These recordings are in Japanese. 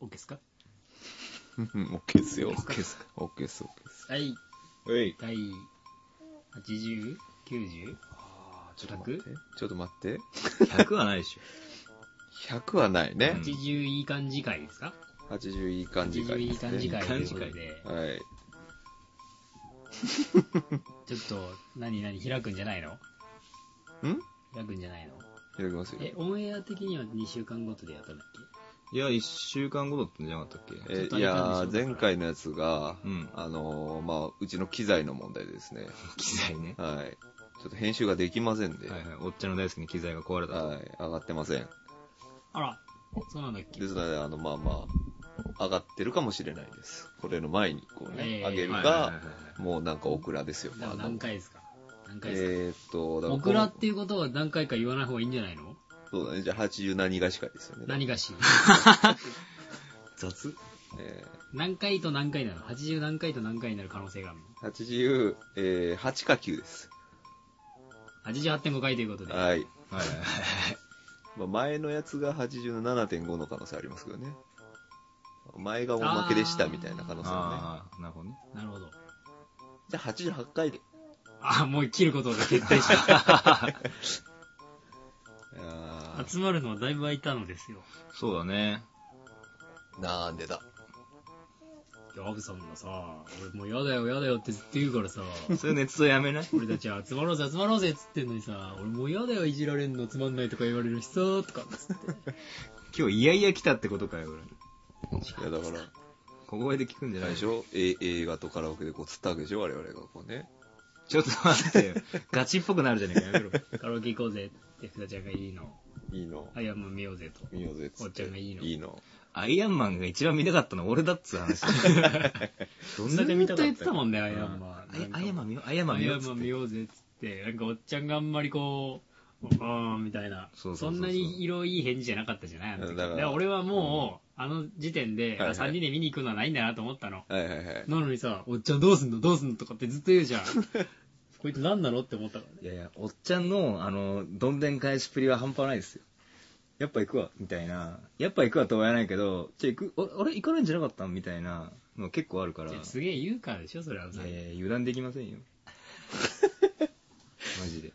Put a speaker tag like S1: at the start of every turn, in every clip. S1: OK ですか
S2: うん、オッケーですよ。
S1: オッケーっ
S2: す。オッケーです、オッケーです。
S1: はい。
S2: はい。
S1: 第 80?90?100?
S2: ちょっと待って。ちょっと待って。
S3: 100はないでし
S2: 100はないね。
S1: 80いい感じ会ですか
S2: 80いい感じ
S1: 80
S2: 回
S1: い
S2: で
S1: い
S2: すね。
S1: 感じ会と
S3: い
S1: い
S3: いう
S1: こと
S3: 感じ会
S1: で、
S2: はい。
S1: ちょっと、何何開くんじゃないの
S2: ん
S1: 開くんじゃないの
S2: いただきますよ。
S1: え、オンエア的には2週間ごとでやったんだっ
S3: ょ。いや、1週間後だったんじゃなかったっけ
S2: え
S1: ちょっと
S2: いや
S1: あれなんでしょう
S2: ー、前回のやつが、
S3: うん
S2: あのー、まあ、うちの機材の問題ですね。
S3: 機材ね。
S2: はい。ちょっと編集ができませんで、
S3: は
S2: はい
S3: いはい。おっちゃんの大好きな機材が壊れたと。
S2: 上がってません。
S1: けあら、そうなんだっけ
S2: ですので、あの、まあまあ、上がってるかもしれないです。これの前に、こうね、
S1: えー
S2: 上げる
S3: はいはいはいは
S2: か、もうなんかオクラですよ。
S1: だから
S2: あの
S1: 何回ですか何回ですか、
S2: えーっと、だから
S1: オクラっていうことは何回か言わない方がいいんじゃないの
S2: そうだね、じゃあ80何がしかですよね。
S1: 何が し
S3: い雑
S2: え
S1: 何回と何回なの ?80 何回と何回になる可能性があるの
S2: ー、80、えー、8か9です。
S1: 88.5回ということで、
S2: はい。
S3: はいはいはい。
S2: まあ、前のやつが87.5の可能性ありますけどね。前がおまけでしたみたいな可能性もね。
S3: ああ、なるほどね。
S1: なるほど。
S2: じゃあ88回で。
S1: あ、もう切ることが決定した。
S2: あ
S1: 集まるのはだいぶ空いたのですよ。
S3: そうだね。
S2: ーなんでだ。
S1: ヤブさんがさ、俺もうやだよやだよってずっと言うからさ、
S3: そういう熱をやめない
S1: 俺たちは集まろうぜ集まろうぜっつってんのにさ、俺もうやだよいじられんのつまんないとか言われるしさ、とか っつって。
S3: 今日いやいや来たってことかよ、俺。
S2: いや、だから、
S3: 小声で聞くんじゃない
S2: 最
S3: でしょ。
S2: 初、え映画とカラオケでこう、つったわけでしょ我々がこうね。
S3: ちょっと待ってよ。ガチっぽくなるじゃねえか、やめろ。
S1: カラオケ行こうぜって福田ちゃんがいいの。
S2: いいの。
S1: アイアンマン見ようぜと。
S2: 見ようぜっつって。
S1: おっちゃんがいいの
S2: いいの。
S3: アイアンマンが一番見たかったの俺だっつう 話。どんだけ見たかった
S1: ずーっと言ってたもんねアイアンマン
S3: うんアイアンマン見よう、アイアンマン
S1: ア
S3: 見
S1: イ
S3: よ
S1: ア
S3: うっ
S1: ン
S3: つ
S1: マ
S3: っ
S1: ン
S3: て
S1: 見ようぜっつって、なんかおっちゃんがあんまりこう、うーん、みたいな。
S3: そう
S1: そ
S3: そうそうそうん
S1: なに色いい返事じゃなかったじゃないあの時だ
S2: だか
S1: からら俺はもう、あの時点で、
S2: はいはい
S1: あ3人で見に行くのはないんだなと思ったの。
S2: はいはいはい。
S1: なのにさ、おっちゃんどうすんのどうすんのとかってずっと言う じゃん。こいつ何なのって思ったからね。
S3: いやいや、おっちゃんの、あの、どんでん返しっぷりは半端ないですよ。やっぱ行くわ、みたいな。やっぱ行くわとは言わないけど、じゃあ行く、おあれ行かないんじゃなかったみたいなの結構あるから。い
S1: じゃあすげえ言うからでしょ、それは。
S3: やいや、油断できません よ。マジで。
S2: い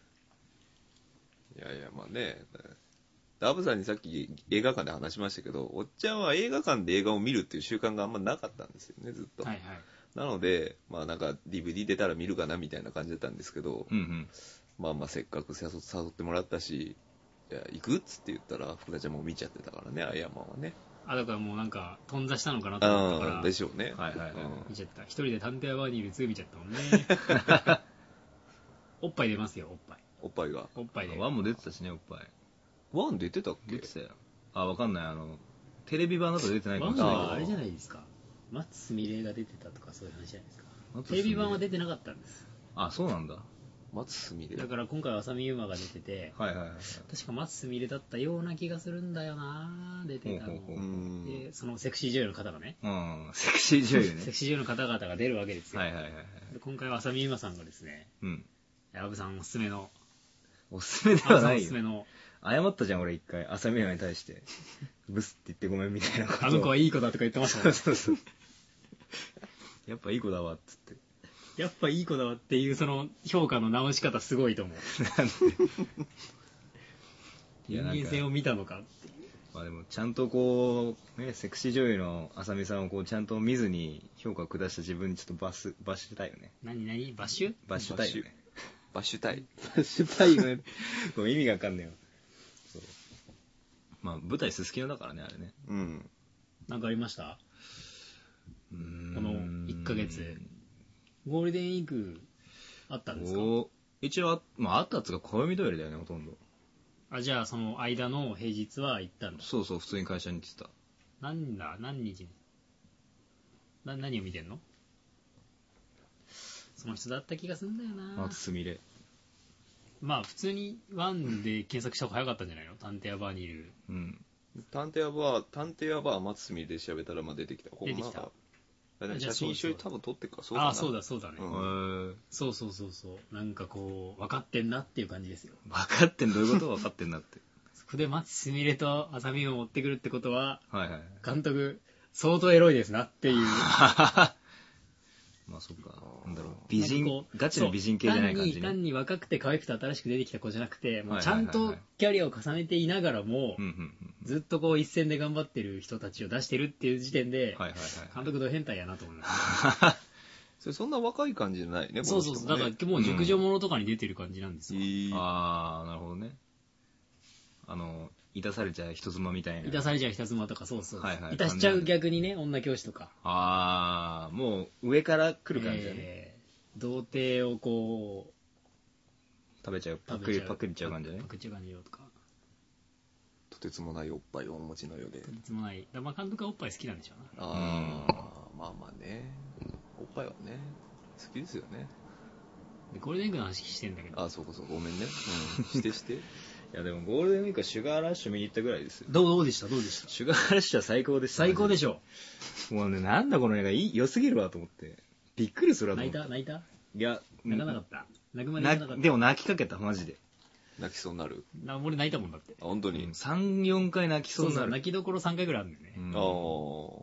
S2: やいや、まあね。ダブさんにさっき映画館で話しましたけど、おっちゃんは映画館で映画を見るっていう習慣があんまなかったんですよね、ずっと。
S1: はいはい。
S2: なので、まあなんか DVD 出たら見るかなみたいな感じだったんですけど、
S3: うんうん。
S2: まあまあせっかく誘誘ってもらったし、いや行くっつって言ったら、福田ちゃんも見ちゃってたからね、アイアンマンはね。
S1: あ、だからもうなんか、頓挫したのかなと思ったか
S2: う
S1: ら
S2: ん、で。しょうね。
S3: はいはいはい
S2: うん
S1: 見ちゃった。一人で探偵バーニール2見ちゃったもんね。 おっぱい出ますよ、おっぱい。
S2: おっぱいが。
S1: おっぱいで。
S3: ワンも出てたしね、おっぱい。
S2: ワン出てたっけ
S3: 出てたよ。あ、わかんない。あの、テレビ版だと出てないか
S1: ワ
S3: もし
S1: ン
S3: れない
S1: はあれじゃないですか。松スミレが出てたとかそういう話じゃないですか。
S3: 松ス
S1: テ
S3: ミレ
S1: レビ版は出てなかったんです。
S3: あ、そうなんだ。
S2: 松すみれ。
S1: だから今回は浅見ゆまが出てて、
S3: はいはいはい。
S1: 確か松スミレだったような気がするんだよな出てた
S3: ほう
S1: の
S3: ほうほ
S2: う。ん。
S1: で、そのセクシー女優の方がね、
S3: うん、セクシー女優ね
S1: セク。シー女優の方々が出るわけですよ。
S3: はいはいはいはい。
S1: で今回は浅見ゆまさんがですね、
S3: うん。
S1: アブさんおすすめの、
S3: おすすめでは
S1: アブさ
S3: なん
S1: お
S3: い
S1: すす
S3: よ
S1: め。の、
S3: 謝ったじゃん、俺一回。朝宮に対して。ブスって言ってごめんみたいなことを
S1: あの子はいい子だとか言ってました
S3: そう
S1: も
S3: んそうそう。やっぱいい子だわ、っつって。
S1: やっぱいい子だわっていうその評価の直し方すごいと思う。
S3: いやな
S1: 人
S3: んか
S1: 間性を見たのか。
S3: まあでも、ちゃんとこう、ね、セクシー女優の浅見さんをこう、ちゃんと見ずに評価を下した自分にちょっとバス、バッシュたいよね。
S1: 何何バッシュ
S3: バッシュたいよね。
S2: バッシュタイ。
S3: バッシュたいよ ね。もう意味がわかんないよ。そう。まあ、舞台すすきのだからね、あれね。
S2: うん。
S1: なんかありました
S3: こ
S1: この1ヶ月。ゴールデンウィークあったんですか
S3: お一応あ、まあ、あったっつうか、暦通りだよね、ほとんど。
S1: あじゃあその間の平日は行ったんだ
S3: そうそう、普通に会社に行ってた。
S1: 何だ何日にな何を見てんのその人だった気がするんだよな
S3: 松すみれ。
S1: まあ普通にワンで検索した方が早かったんじゃないの探偵アバーニール
S3: うん。
S2: 探偵はバー、探偵はバー、松すみれで調べたらまあ出てきた。
S1: 出てきた
S2: ここなんか
S1: じゃ
S2: 写
S1: あ
S2: 真一緒に
S1: そうそ
S2: 多分撮ってるから、そうだな
S1: ああそうだそうだね、
S2: うん
S3: へー
S1: そうそうそうそうなんかこう分かってんなっていう感じですよ
S3: 分かってん、どういうこと分かってんなって。
S1: そこで松すみれと浅見を持ってくるってことは
S3: はいはい。
S1: 監督相当エロいですなっていう。
S3: まあそっか
S2: あ。ー
S3: なんだろう。美人
S1: こ、う
S3: ガチの美人系じゃない感じ
S1: そう単
S3: ね。
S1: に、単に若くて可愛くて新しく出てきた子じゃなくて、もう
S3: はい
S1: ち
S3: はい
S1: ゃ
S3: はい
S1: ん
S3: はい
S1: とキャリアを重ねていながらも
S3: うん、うん
S1: ずっとこう一線で頑張ってる人たちを出してるっていう時点
S3: う
S1: で
S3: ん。、はいはい
S1: 監督の変態やなと思います。
S3: はい。
S2: それそんな若い感じじゃないね、
S1: そうそうそう。だからもう熟女ものとかに出てる感じなんですよ。
S2: ら、
S3: ああ、なるほどね。あの、いたされちゃう人妻みたいな。
S1: いたされちゃう人妻とか、そうそう。
S3: はいはい
S1: いたしちゃう逆にね、女教師とか。
S3: ああ、もう上から来る感じだね。
S1: えー童貞をこう、
S3: 食べちゃう。パ
S1: 食
S3: ク
S1: べ
S3: リ、
S1: ちゃう
S3: パクリちゃう感じだね
S1: パ。クっちゃう感じよとか。
S2: とてつもないおっぱいをお持ちのようで
S1: と。てつもない。だからまあ監督はおっぱい好きなんでしょうな。
S2: ああ、まあまあね。おっぱいはね、好きですよね。
S1: でゴールデンウィークの話してんだけど。
S2: ああ、そうこそ、ごめんね。うん。し てして。
S3: いやでもゴールデンウィークはシュガーラッシュ見に行ったぐらいですよ。
S1: どうどうでしたどうでした
S3: シュガーラッシュは最高でした、
S1: 最高でし
S3: ょ。
S1: ょ
S3: もうね、なんだこの映画、いい良すぎるわと思って。びっくりするわと
S1: 泣
S3: 思っ
S1: い
S3: て。
S1: た泣いた
S3: いや、
S1: 泣かなかった。泣くまで
S3: な
S1: 泣かなかった。
S3: でも泣きかけた、マジで。
S2: 泣きそうになる。
S1: な俺泣いたもんだって。
S2: あ本当に。
S3: 3、4回泣きそうになる。
S1: 泣きどころ3回ぐらいあるんだよね。
S3: うん
S2: あ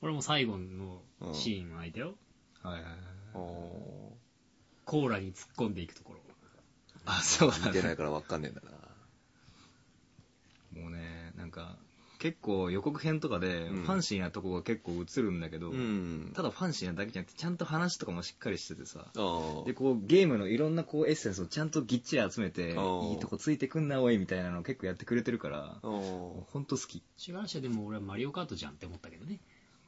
S1: 俺も最後のシーンは泣いたよ。
S3: はいはいはい。
S2: あ。あ
S1: コーラに突っ込んでいくところ。
S3: あ、そう
S2: あ。
S3: だ
S2: 見て
S3: ね。
S2: ないからわかんねえんだな。
S3: もうね、なんか、結構予告編とかで、
S2: うん
S3: ファンシーなとこが結構映るんだけど、
S2: うん。
S3: ただファンシーなだけじゃなくて、ちゃんと話とかもしっかりしててさ、
S2: あ
S3: で、こう、ゲームのいろんなこう、エッセンスをちゃんとぎっちり集めて、いい
S2: おー
S3: とこついてくんな、おい、みたいなのを結構やってくれてるから、
S2: あ。あ
S3: ほんと好き。
S1: シュガーラッシュはでも俺はマリオカートじゃんって思ったけどね。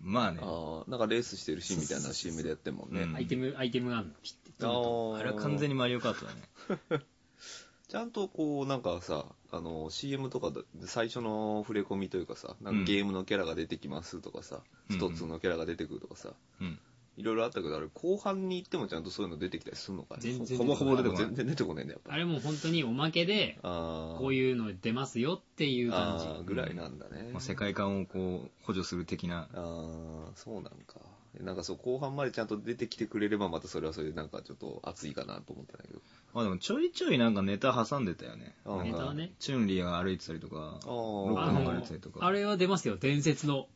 S3: まあね、
S2: ああ、なんかレースしてるシーンみたいな CM でやってんも
S3: う
S2: ん
S3: ん
S2: ね。
S1: アイテム、アイテムがあるの。ピッて
S2: あー
S3: あれは完全にマリオカートだね。
S2: ちゃんとこう、なんかさ、あの、CM とかで最初の触れ込みというかさ、な
S3: う
S2: ん
S3: ん
S2: かゲームのキャラが出てきますとかさ、
S3: うん
S2: スト2のキャラが出てくるとかさ、
S3: うん。
S2: いろいろあったけど、あれ後半に行ってもちゃんとそういうの出てきたりするのかね
S1: 全然
S2: ほぼほぼ出てこな
S3: 出てこな
S2: い。
S3: い
S2: 全然出てこないんだ、やっぱ
S1: あ
S2: り。
S1: れもう本当におまけで、
S2: あ
S1: こう
S2: い
S1: いうの出ますよっていう感じ。
S2: あーぐらいなんだね。
S3: まあ、世界観をこう、補助する的な。
S2: ああ、そうなんか。なんかそう、後半までちゃんと出てきてくれれば、またそれはそれでなんかちょっと熱いかなと思ったんだけど。
S3: まあでもちょいちょいなんかネタ挟んでたよね。
S2: あー
S1: ネタはね。
S3: チュンリーが歩いてたりとか、
S2: あ
S3: ロッ
S1: あ
S3: ク
S1: の
S3: の歩いてたりとか。
S1: あれは出ますよ。伝説の。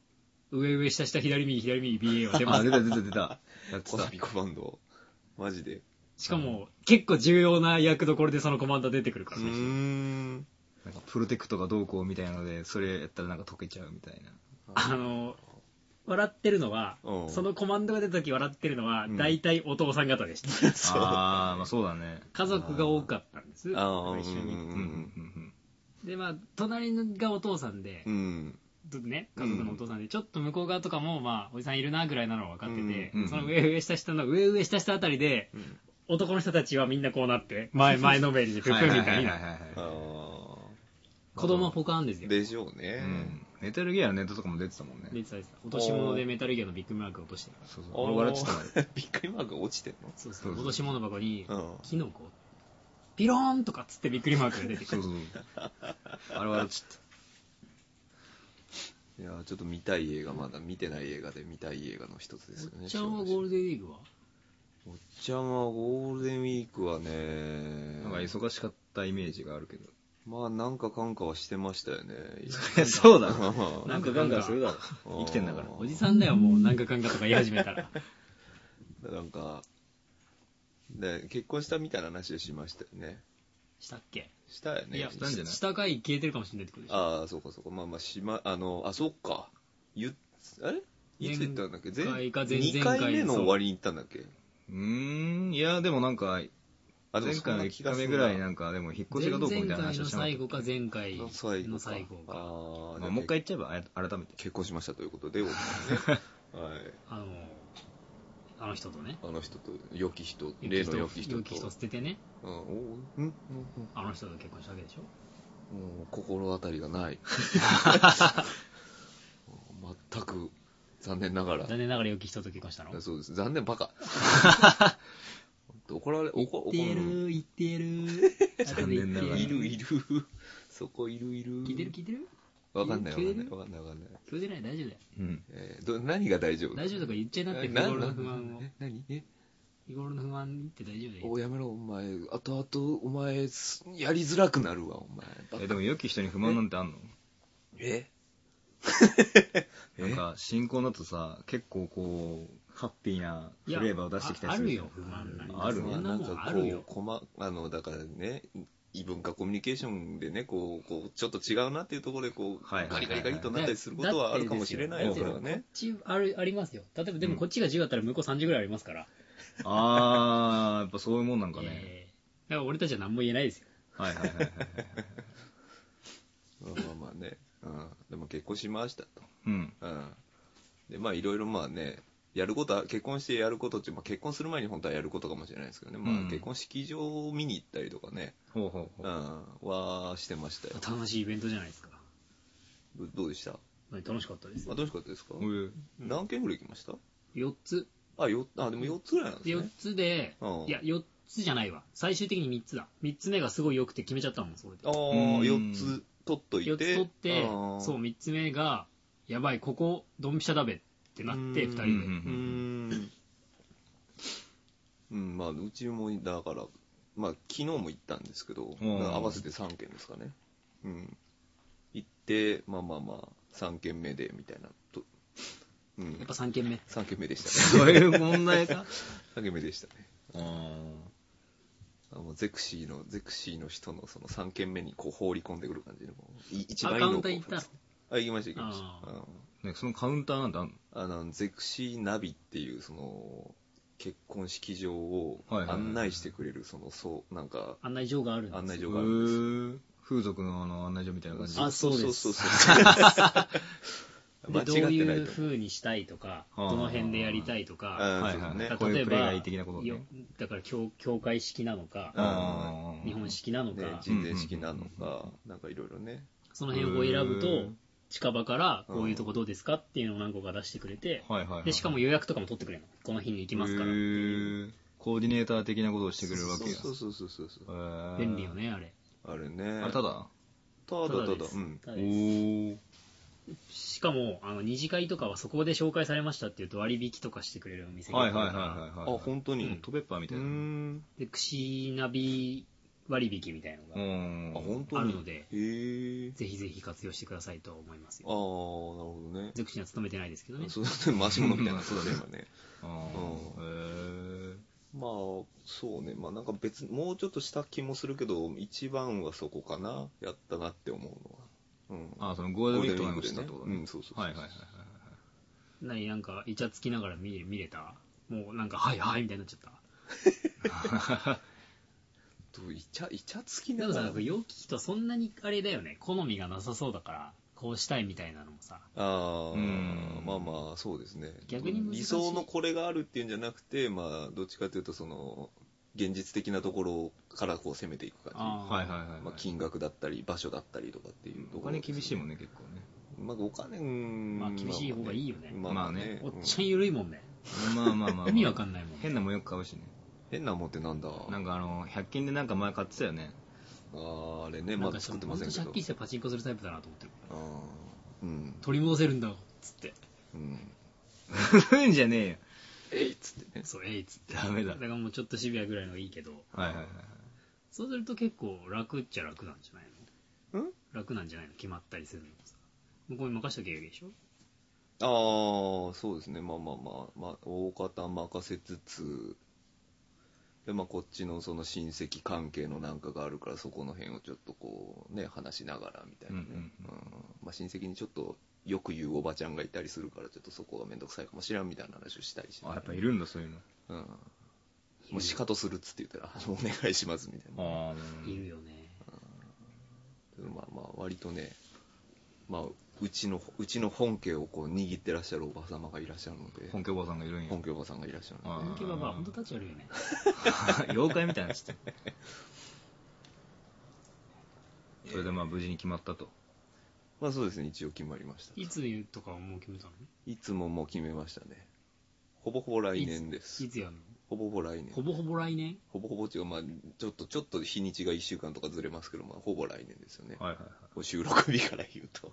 S1: 上上下下左右左右 BA は出ま
S3: あ、
S1: す
S3: 出。た出た出た。やって
S2: コナ
S3: た
S2: ミ。コバンド。マジで。
S1: しかも、結構重要な役どころでそのコマンド出てくるか
S2: う
S1: らね。
S2: ーん。
S3: なんかプロテクトがどうこうみたいなので、それやったらなんか溶けちゃうみたいな。
S1: あの、笑ってるのは、
S2: うん
S1: そのコマンドが出た時笑ってるのは、
S2: うん
S1: 大体お父さん方で した。
S3: ああ、まあそうだね。
S1: 家族が多かったんです。
S2: ああ、
S1: 一緒に。
S3: うんうんうん
S1: で、まあ、隣がお父さんで
S2: う、ん。
S1: ね、家族のお父さんで、ちょっと向こう側とかも、まあ、おじさんいるなぐらいなのは分かってて、
S3: うんうん
S1: その上上下下の、上上下下あたりで、男の人たちはみんなこうなって、前、前のめりに
S3: う
S1: プ
S3: ん。
S1: ッ
S3: はい
S1: プ
S3: はいは
S1: みたい
S3: いは
S1: な。
S3: い
S2: あ
S3: は
S1: 子供はポカーンです
S2: ー
S1: よ。
S2: でしょう
S3: い。
S2: ね
S3: う。んメタルギアのネタとかも出てたもん
S1: で
S3: ね。
S1: さ落とし物でメタルギアのビッグマーク落としてるから。
S3: そうそう。
S2: おー
S3: 俺笑っちゃったもん。
S2: びっくりマークが落ちてんの
S1: そうそう。
S3: そうそう
S1: 落とし物箱に
S2: うん、
S1: キノコ、ピローンとかっつってびっくりマークが出てく
S3: そう
S1: る。
S3: そう。あれ笑っちゃっ
S2: いやーちょっと見たい映画、まだ見てない映画で見たい映画の一つですよね。
S1: おっちゃんはゴールデンウィークは
S2: おっちゃんはゴールデンウィークは
S3: た。
S2: ね、
S3: なんか忙しかったイメージがあるけど。
S2: まあなんかかんかはしてましたよね。
S3: そうだろ。
S2: まあ
S3: なんかガンガンするだろ。生きてんだから。
S1: おじさんだよ、もう、なんかかんかとか言い始め たら。
S2: なんか、で結婚したみたいな話をしましたよね。
S1: したっけ
S2: したよね。
S1: いや、
S3: したんじゃない
S1: 下回消えてるかもしれないってことでしょ。
S2: ああ、そうかそうか。まあまあ、しま、あの、あ、そっか。ゆあれいつ行ったんだっけ
S1: 前回か前
S2: 2回目の終わりに行ったんだっけ
S3: うーん、いや、でもなんか、
S2: あ、
S3: 前回の1回目ぐらいなんか、でも引っ越しがどうこう
S1: 前
S3: みたいな
S1: 々回
S3: 話
S1: の
S3: をしてなか
S1: 最
S3: っ
S1: 後か前回
S2: の最後
S1: の
S2: か。
S1: 最後
S2: あ
S3: た。ま
S1: か。
S2: ーじゃ
S3: あ
S2: あ
S3: もう一回言っちゃえば、あや改めて。
S2: 結婚しましたということで、僕はねはい。
S1: あの、あの人とね。
S2: あの人と、良き人、例の良き人
S1: 良
S2: と
S1: き。人捨ててね。
S2: うん、おうん、うん、
S1: あの人と結婚したわけでしょ。
S2: うん。もう心当たりがない。全く、残念ながら。
S1: 残念ながら良き人と結婚したの。
S2: そうです。残念、バカ。怒られ、怒、怒
S1: 言って
S2: る。
S1: る、言ってる。 後で言
S3: 残
S1: って
S3: 念ながら
S2: いる、いる。 そこ、いる、いる。
S1: 聞いてる、聞いてる
S2: わかんない、わか
S1: 聞い
S2: ん
S1: て
S2: ない、
S1: る
S2: わかんない、わかんない。
S1: 聞いてない、大丈夫だよ。
S3: うん。
S2: えーど何が大丈夫
S1: 大丈夫とか言っちゃいなって、
S2: え
S1: 日
S2: な
S1: 頃の不満を
S2: な。何え
S1: 日頃の不満言って大丈夫だよ。
S2: おやめろ、お前。あとあと、お前、すやりづらくなるわ、お前。バ
S3: え、
S2: カ
S3: でも良き人に不満なんてあんの
S2: え
S3: なんか新婚だとさ結構こうハッピーなフレーバーを出してきたりするじゃん
S1: いや あるよ
S3: あある
S1: そんな
S2: なん
S1: もん
S2: かこう
S1: あるよ
S2: こまあのだからね異文化コミュニケーションでねこうこうちょっと違うなっていうところでこう、
S3: はいはいはいはい
S2: ガリガリガリとなったりすることはあるかもしれないよ
S1: だって
S2: そ
S1: です
S2: れ
S1: よ
S2: はね
S1: こっちあるありますよ。例えば、で
S3: う
S1: も
S3: ん
S1: こっちが10だったら向こう30ぐらいありますから。
S3: あーやっぱそういうもんなんかね、
S1: えーだから俺たちは何も言えないですよ。
S3: はいはいはいはい
S2: まあまあまあね、うん、でも結婚しましたと、
S3: うん
S2: うん、でまあいろいろまあねやることは結婚してやることって、まあ、結婚する前に本当はやることかもしれないですけどね、まあ
S3: うん
S2: 結婚式場を見に行ったりとかね、
S3: ほうほう
S2: うん、
S3: ほう
S2: はしてましたよ
S1: 楽しいイベントじゃないですか。
S2: どどうでした
S1: 楽しかったです
S2: あ
S1: よ。
S2: どうしかったですか、
S3: うん
S2: 何件ぐらい行きました
S1: 4つ。
S2: あよあでも4つぐらいなんです
S1: 4
S2: ね
S1: つで
S2: うん、
S1: いや、4つじゃないわ。最終的に3つだ。3つ目がすごい良くて決めちゃったもん、それで
S2: ああ。
S3: うん
S2: 4つ取っといて
S1: 4つ取って
S2: あ、ー
S1: そう、3つ目が、やばい、ここ、ドンピシャだべってなって、2人
S2: うん
S3: う
S1: で。
S3: ん
S2: うーん、うん、まあ、うちも、だから、まあ、昨日も行ったんですけど、
S3: うん
S2: 合わせて3軒ですかね。うん。行って、まあまあまあ、3軒目で、みたいな。とう
S1: やっ
S2: ん
S1: ぱ。3軒目。
S2: 3軒目でした
S3: そ
S2: ね。
S3: ういう問題か
S2: 3軒目でしたね。
S3: あー
S2: あのゼクシーの、ゼクシーの人のその3軒目にこう放り込んでくる感じの、もうい一
S1: あ、
S2: 番いい
S1: カ
S2: の
S1: ウ
S2: を
S1: ン
S2: こ
S1: ター行
S2: う
S1: った。
S2: あ、行きました、行きました。
S1: あ
S2: うん
S3: ねそのカウンターなんてあんの
S2: あの、ゼクシーナビっていう、その、結婚式場を
S3: はいはいはい
S2: 案内してくれる、その、そう、なんか、
S1: 案内状があるんです
S2: 案内
S3: へ
S2: 状があるんです。
S3: ー風俗のあの案内所みたいな感じ
S1: あそうです
S2: そうそうそう。間
S1: で
S2: 違
S1: どう
S2: ってないいうと思う。
S1: 風にしたいとか、
S3: あー
S1: どの辺でやりたいと
S2: あ
S1: か、
S2: ー
S3: はい
S2: そう
S3: は
S2: だ
S3: い、
S2: ね
S3: ね、
S1: だ
S3: こういうプレイがいい的なこと
S1: よ
S3: ね
S1: だから教教会式なの
S2: うん
S1: か、
S3: あー
S1: 日本式なの
S2: ね
S1: か、
S2: 人前式なの
S3: うんうんうん
S2: か、なんかいろいろね。
S1: その辺をこう選ぶ
S3: う
S1: と
S3: ん、
S1: 近場からこういうとこどうですかっていうのを何個か出してくれて、
S3: はいはいはい、
S1: でしかも予約とかも取ってくれるの。この日に行きますからっていう。
S3: へーコーディネーター的なことをしてくれるわけや
S2: そうそうそうそうそう。
S3: へー
S1: 便利よね、あれ。
S2: あれね。
S3: あれただ
S2: ただただ、
S1: です
S2: うん。
S1: た
S3: お
S1: だです
S3: ー
S1: しかも、あの、二次会とかはそこで紹介されましたっていうと割引とかしてくれるお店が
S3: はい
S1: あるか
S3: はい
S1: ら
S3: はいはい
S2: あ、
S3: はい
S2: 本当
S3: うん
S2: に。
S3: トペッパーみ
S2: う
S3: たいなうん
S2: ん。
S1: で、串ナビ割引みたいなのが、
S2: あ、本当
S1: あ
S2: に。
S1: るので
S2: へえ。
S1: ぜひぜひ活用してくださいとは思います
S2: ああ、なる
S1: よ。
S2: ほどね。
S1: ゼクシーには勤めてないですけどね。
S2: そうだね、回し物みたいな、そうだね、今ね。
S3: あーへー
S2: まあ、そうね、まあなんか別、もうちょっとした気もするけど、一番はそこかな、やったなって思うのは。うん。
S3: あーそのゴールデンウィークとかにもしてたってこと
S2: う
S3: ね
S2: ん、そうそうそう
S3: はいはいはい
S1: 何なんか、イチャつきながら見れ見れたもうなんか、はいはいみたいになっちゃった。
S2: とイチャ、イチャつき
S1: で
S2: な
S1: も
S2: が
S1: さ、
S2: ら
S1: なんか、陽気とそんなにあれだよね、好みがなさそうだから、こうしたいみたいなのもさ、
S2: あ
S3: うん
S2: あ、まあまあ、そうですね。
S1: 逆に難しい
S2: 理想のこれがあるっていうんじゃなくて、まあ、どっちかというと、その、現実的なところからこう攻めていく感
S1: あ
S3: はいはいはいはい
S2: じ。まあ、金額だったり、場所だったりとかっていうとこ
S3: お
S2: ろ、
S3: 金厳しいもん
S2: ね。
S3: ね結構ね
S2: まあ、お金、うん
S1: まあ厳しい方がいいよね
S2: まあまあね。
S1: おっ
S2: うん
S1: ちゃん緩いもんね。
S3: まあまあまあまあ
S1: 意味わかんないもん。
S3: 変なもんよく買うしね
S2: 変なもんってなんだ
S3: なんかあの100均でなんか前買ってたよね
S2: あーあれね、
S1: な
S2: ま
S1: んか
S2: だ
S1: し
S2: 作って
S1: か
S2: ま
S1: も、
S2: せ
S1: ほ
S2: ん
S1: んと
S2: けど。
S1: 借金してパチンコするタイプだなと思ってる。
S2: あーうん。
S1: 取り戻せるんだ、つって。
S2: うん。
S3: そういうんじゃねえよ
S2: えいっつってね。
S1: そう、えいっつって。
S3: ダメだ
S1: だからもうちょっとシビアぐらいのがいいけど、
S3: はいはいはい
S1: そうすると結構楽っちゃ楽なんじゃないの
S2: ん
S1: 楽なんじゃないの決まったりするのもさ。向こうに任しとけばいいでしょ
S2: ああ、そうですね。まあまあまあ、まあ、大方任せつつ、で、まあ、こっちのその親戚関係のなんかがあるから、そこの辺をちょっとこう、ね、話しながらみたいなね。
S3: うんうんうん
S2: まあ、親戚にちょっと、よく言うおばちゃんがいたりするから、ちょっとそこがめんどくさいかもしれんみたいな話をしたりして、
S3: あやっぱいるんだそういうの
S2: うん。もう、しかとするっつって言ったら、あのお願いしますみたいな。
S3: あ
S1: いるよね。
S2: まあまあ割とね、まあ、うちのうちの本家をこう握ってらっしゃるおば様がいらっしゃるので
S3: 本家おばさんがいるんや
S2: 本家おばさんがいらっしゃるの
S3: あー
S1: 本気はまあ、 ほんと立ち悪いよね。
S3: 妖怪みたいなちょっとそれでまあ無事に決まったと
S2: でまあそうですね一応決まりました
S1: いつ言うとかはもう決めたの
S2: いつももう決めましたねほぼほぼ来年です
S1: いつやるの
S2: ほぼほぼ来年
S1: ほぼほぼ来年
S2: ほぼほぼ違うまあちょっとちょっと日にちが1週間とかずれますけど、まあ、ほぼ来年ですよね、
S3: はいはいは
S2: こう収録日から言うと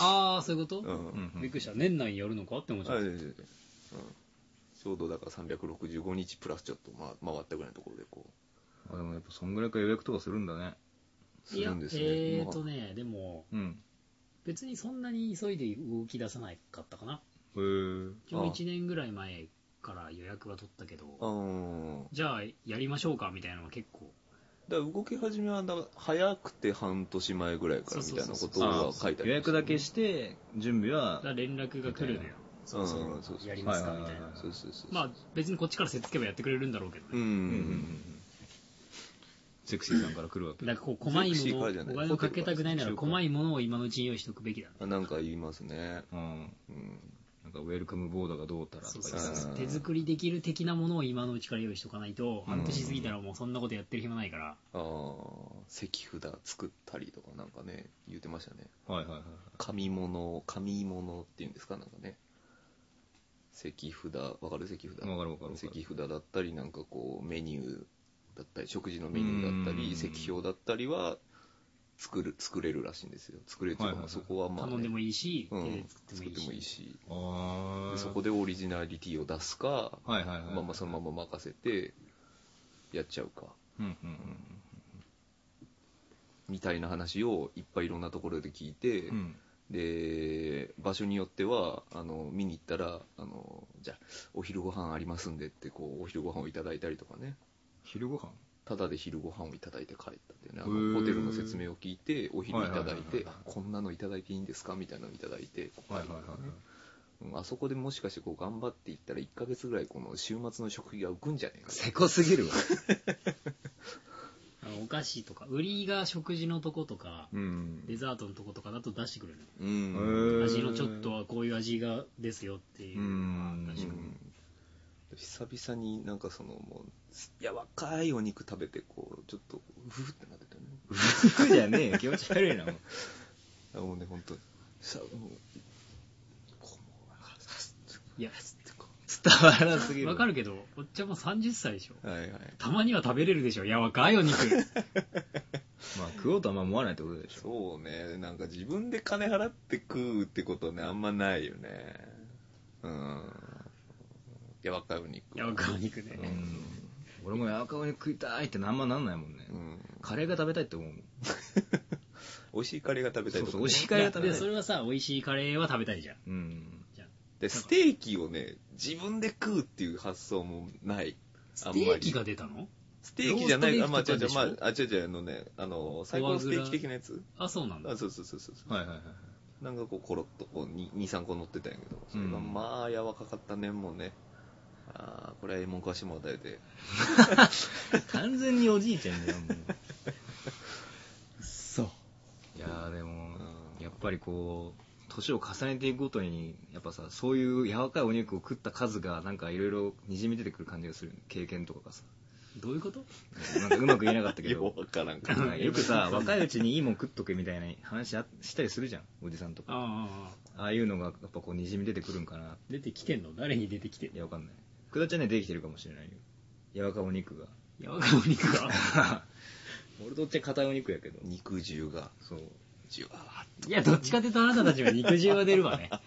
S1: ああ、そういうこと、
S2: うん、
S3: い、うんうん
S1: びっくりした。年内にやるのかって思っちゃ
S2: あ
S1: っ
S2: い
S1: た。
S2: やいやいやうんちょうどだから365日プラスちょっとま回ったぐらいのところでこう
S3: あでもやっぱそんぐらいから予約とかするんだね
S2: するんですね
S1: いやえ
S2: ま
S1: ー
S2: あ
S1: とね、でも、
S3: うん
S1: 別にそんなに急いで動き出さなかったかな。
S3: へー
S1: ちょうど1年ぐらい前から予約は取ったけど、
S2: うん。
S1: じゃあやりましょうかみたいなのは結構、
S2: だから動き始めはだから早くて半年前ぐらいからみたいなこと
S3: あ
S2: は
S3: ー
S2: 書いて
S3: 予
S2: ありましたね
S3: 約だけして、準備は
S1: だか、ら連絡が来るのよ。そうそ
S2: うんそう
S1: う
S2: そう
S1: やりますかみ
S3: はい
S1: たい
S3: はい
S1: な
S3: は。
S2: そうそうそう
S1: まあ別にこっちからせっつけばやってくれるんだろうけど
S2: うん
S1: ね。
S2: うん
S3: う
S2: うん
S3: うんうん
S2: ん
S3: セクシーさんから来るわけ。
S1: なんかこう、細い
S2: セクシー
S1: も
S2: からじゃ
S1: の
S2: な
S1: を、お
S2: い
S1: 金をかけたくないなら、
S3: ホテルから
S1: 細いものを今のうちに用意しておくべきだね。
S2: あなんか言いますね
S3: うん。
S2: うん
S3: なんか、ウェルカムボードがどうたら
S1: そ
S3: と
S1: う
S3: か
S1: そ
S3: 言
S1: う
S3: って
S1: そう
S2: うん
S1: 手作りできる的なものを今のうちから用意しておかないと、半年過ぎたらもうそんなことやってる暇ないから、
S2: ああ石札作ったりとかなんかね言ってましたね
S3: はいはいはい。
S2: 紙物紙物っていうんですかなんかね石札わかる石
S3: わか
S2: 札
S3: るわかるわかる
S2: 石札だったりなんかこうメニューだったり食事のメニューだった
S3: うん
S2: り石表だったりは作る作れるらしいんですよ作れるっていうかまあ
S3: はいはいは
S2: そ
S3: い
S2: こはまあね
S1: 頼んでもいいし、
S2: うん
S1: 手で作っても
S2: 作っ
S1: い
S2: てもい
S1: い
S2: い
S1: し。
S2: し
S3: ああ。
S2: でそこでオリジナリティを出すか、
S3: はいはいはい。
S2: まあまあそのまま任せてやっちゃうか、
S3: うんうんうん
S2: みたいな話をいっぱいいろんなところで聞いて、
S3: うん。うん。
S2: で、場所によっては、あの、見に行ったら、あの、じゃあ、お昼ご飯ありますんでって、こう、お昼ご飯をいただいたりとかね、
S3: 昼ご飯
S2: ただで昼ご飯をいただいて帰ったっていうね、あ
S3: へー
S2: のホテルの説明を聞いて、お昼い
S3: は
S2: た
S3: いはい
S2: だ
S3: いはい
S2: て、
S3: はい
S2: あこんなのいただいていいんですかみたいなのいただいて、こう
S3: はいはいはい。
S2: うんあそこでもしかしてこう頑張っていったら1ヶ月ぐらいこの週末の食費が浮くんじゃねえか
S3: せこすぎるわ。
S1: あのお菓子とか、売りが食事のとことか、
S3: うん。
S1: デザートのとことかだと出してくれるのよ。
S2: う
S3: へー
S2: ん
S1: 味のちょっとはこういう味がですよっていうの
S3: う
S1: が
S3: ん
S1: 出して
S2: う
S1: くれる
S2: ん久々になんかそのもうや若いお肉食べてこうちょっとうふふってなってたね
S3: 服じゃねえよ。気持ち悪いな。もう
S2: あもうね本当さもうこうもう
S1: いや、
S3: 伝わらなすぎる。
S1: わかるけど、おっちゃんも30歳でしょ。
S2: はいはい
S1: たまには食べれるでしょ。いや、若い お肉。
S3: まあ、食おうとはあんま思わないってことでしょ。
S2: そうねなんか自分で金払って食うってことねあんまないよねうんや若いお肉
S1: いや、若いお肉ね
S3: う。ん。俺もやわかおに食いたいってなんまなんないもんね。
S2: うん
S3: カレーが食べたいって思うもん。
S2: 美味しいカレーが食べたいとか
S3: そうそう美味しいカレーが食べたい
S1: でそれはさ、美味しいカレーは食べたいじゃん。
S3: うん。
S1: じゃあ
S2: でステーキをね自分で食うっていう発想もない
S1: ス
S2: あん
S1: テ
S2: まり
S1: ーキが出たの
S2: ステーキじゃない、
S1: ロ
S2: あ、
S1: ー
S2: まあ、
S1: スト
S2: 違う
S1: ビー
S2: 違
S1: フ
S2: う、
S1: と
S2: ま
S1: か
S2: あ
S1: でしょ、
S2: あ、違う違う、あのね、あの、最高のステーキ的なやつ
S1: あ、そうなんだ
S2: あ、。そうそうそうそう。
S3: はいはいはい。
S2: なんかこう、コロッとこう、2、3個乗ってたんやけど、それが
S3: うん
S2: まあ、柔らかかったね、もうね。ああ、これはええもん食わしてもらったりで。
S3: 完全におじいちゃんじゃん、もう。
S1: そう。
S3: いやーでも、
S2: うん
S3: やっぱりこう、年を重ねていくごとに、やっぱさ、そういう柔らかいお肉を食った数が、なんかいろいろにじみ出てくる感じがする、経験とかがさ。
S1: どういうこと
S3: なんかうまく言えなかったけ
S2: よ
S3: ど
S2: う、わからんか
S3: なん
S2: ら。
S3: か よくさ、若いうちにいいもん食っとけみたいな話あしたりするじゃん、おじさんとか。
S1: ああ、
S3: ああいうのが、やっぱこう、にじみ出てくるんかな。
S1: 出てきてんの誰に出てきてん
S3: い
S1: の
S3: や、わかんない。くだちゃんね、できてるかもしれないよ。柔らかいお肉が。
S1: いや、若いお肉が。
S3: 俺とっちゃ硬いお肉やけど。
S2: 肉汁が、
S3: そう。
S2: じゅわーっ
S1: いや、どっちかというとあなたたちは肉汁は出るわね。
S3: あ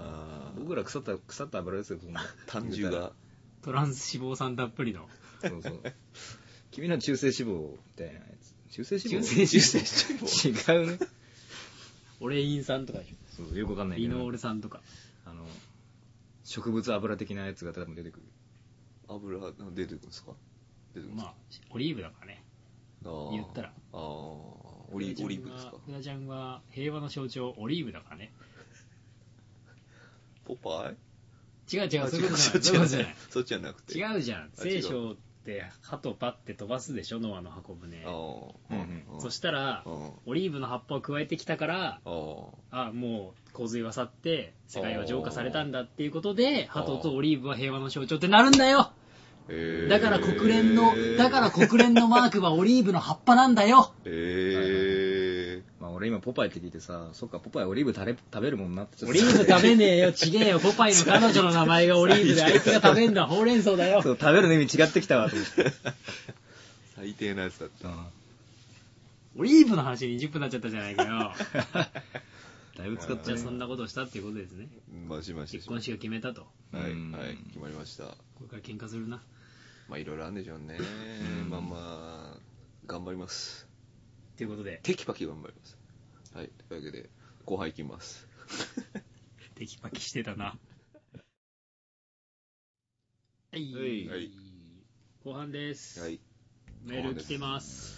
S2: あ
S3: ー
S2: ー
S3: 僕ら腐った、腐った油ですよ、そんな
S2: と単汁が。
S1: トランス脂肪酸たっぷりの。
S3: そうそう。君の中性脂肪みたいなやつ。中性脂肪
S1: 中性
S3: 違うね。
S1: オレイン酸とかでし
S3: そう、よくわかん
S1: ょ。
S3: ないけ
S1: リノー
S3: ど
S1: ル。酸とか。
S3: あの、植物油的なやつが多分出てくる。
S2: 油が出てくるんですか出てくるんです
S1: ま
S2: か
S1: あ、オリーブだからね。
S2: あー
S1: 言ったら
S2: ああ、オリオリーブですか。
S1: フラちゃんは平和の象徴、オリーブだからね。
S2: ポパイ
S1: 違う違う、そういうことじゃな
S2: そっ
S1: い。そ
S2: ち
S1: ういうこ
S2: じゃ
S1: とじ
S2: ない。そっちじゃなくて。
S1: ゃない。違うじゃん。
S2: あ違う
S1: 聖書って、鳩パって飛ばすでしょ、ノアの箱舟
S2: あ。あ、
S3: うん
S1: そしたら
S2: う、ん
S1: オリーブの葉っぱを加えてきたから、
S2: ああ。
S1: あもう洪水は去って世界は浄化されたんだっていうことで
S2: あー
S1: 鳩とオリーブは平和の象徴ってなるんだよ
S2: えー
S1: だから国連の、だから国連のマークはオリーブの葉っぱなんだよ
S2: え
S3: まあ俺今ポパイって聞いてさ、そっか、ポパイオリーブ食べ食べるもんなってちょっ
S1: オ
S3: と
S1: リーブ食べねえよ、ちげえよ、ポパイの彼女の名前がオリーブで、あいつが食べんのはほうれん草だ よ
S3: そ。う、食べるの意味違ってきたわ、と思 って。
S2: ー、最低なやつだっ
S3: う
S2: た。
S3: ん
S1: オリーブの話20分になっちゃったじゃないかよ。
S3: だいぶ使っ
S1: じ
S3: ち
S1: ゃ
S3: ゃ
S1: あ
S3: う
S1: そんなことをしたっていうことですね。
S2: まあ、しました。
S1: 結婚式を決めたと。
S2: はい、
S3: うん
S2: はい、決まりました。
S1: これから喧嘩するな。
S2: まあ、いろいろあるんでしょうね。
S3: うん
S2: まあまあ、頑張ります。
S1: ということで、
S2: テキパキ頑張ります。はい、というわけで、後輩行きます。
S4: テキパキしてたな。
S1: はい。
S3: はい
S2: はい
S1: 後半です。
S2: はい。
S1: メール来てます。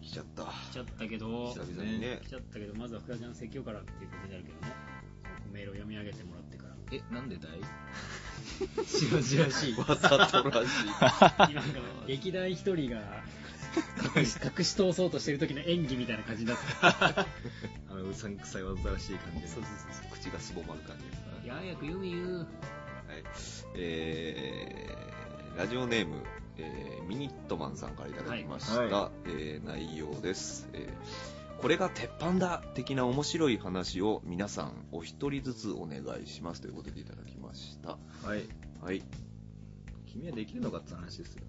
S2: 来ち ゃった。
S1: 来ちゃったけど、
S2: 久々にね
S1: 来。ちゃったけど、まずは深ちゃんの説教からっていうことになるけどね。メールを読み上げてもらってから。
S3: え、なんでだいしがじらしい。
S2: わざとらし
S1: 今の劇団一人 が隠し隠し通そうとしてる時の演技みたいな感じになってた
S3: あの、うさんくさいわざらしい感じ。
S1: そうそうそう
S2: い。口がすぼまる感じ。
S1: いや早く読めよ
S2: はい。えー、ラジオネーム、えーミニットマンさんからいただきました、
S3: はいは
S2: えー内容です、えーこれが鉄板だ的な面白い話を皆さんお一人ずつお願いしますということでいただきました。
S3: はい。
S2: はい。
S3: 君はできるのかって話 ですよ。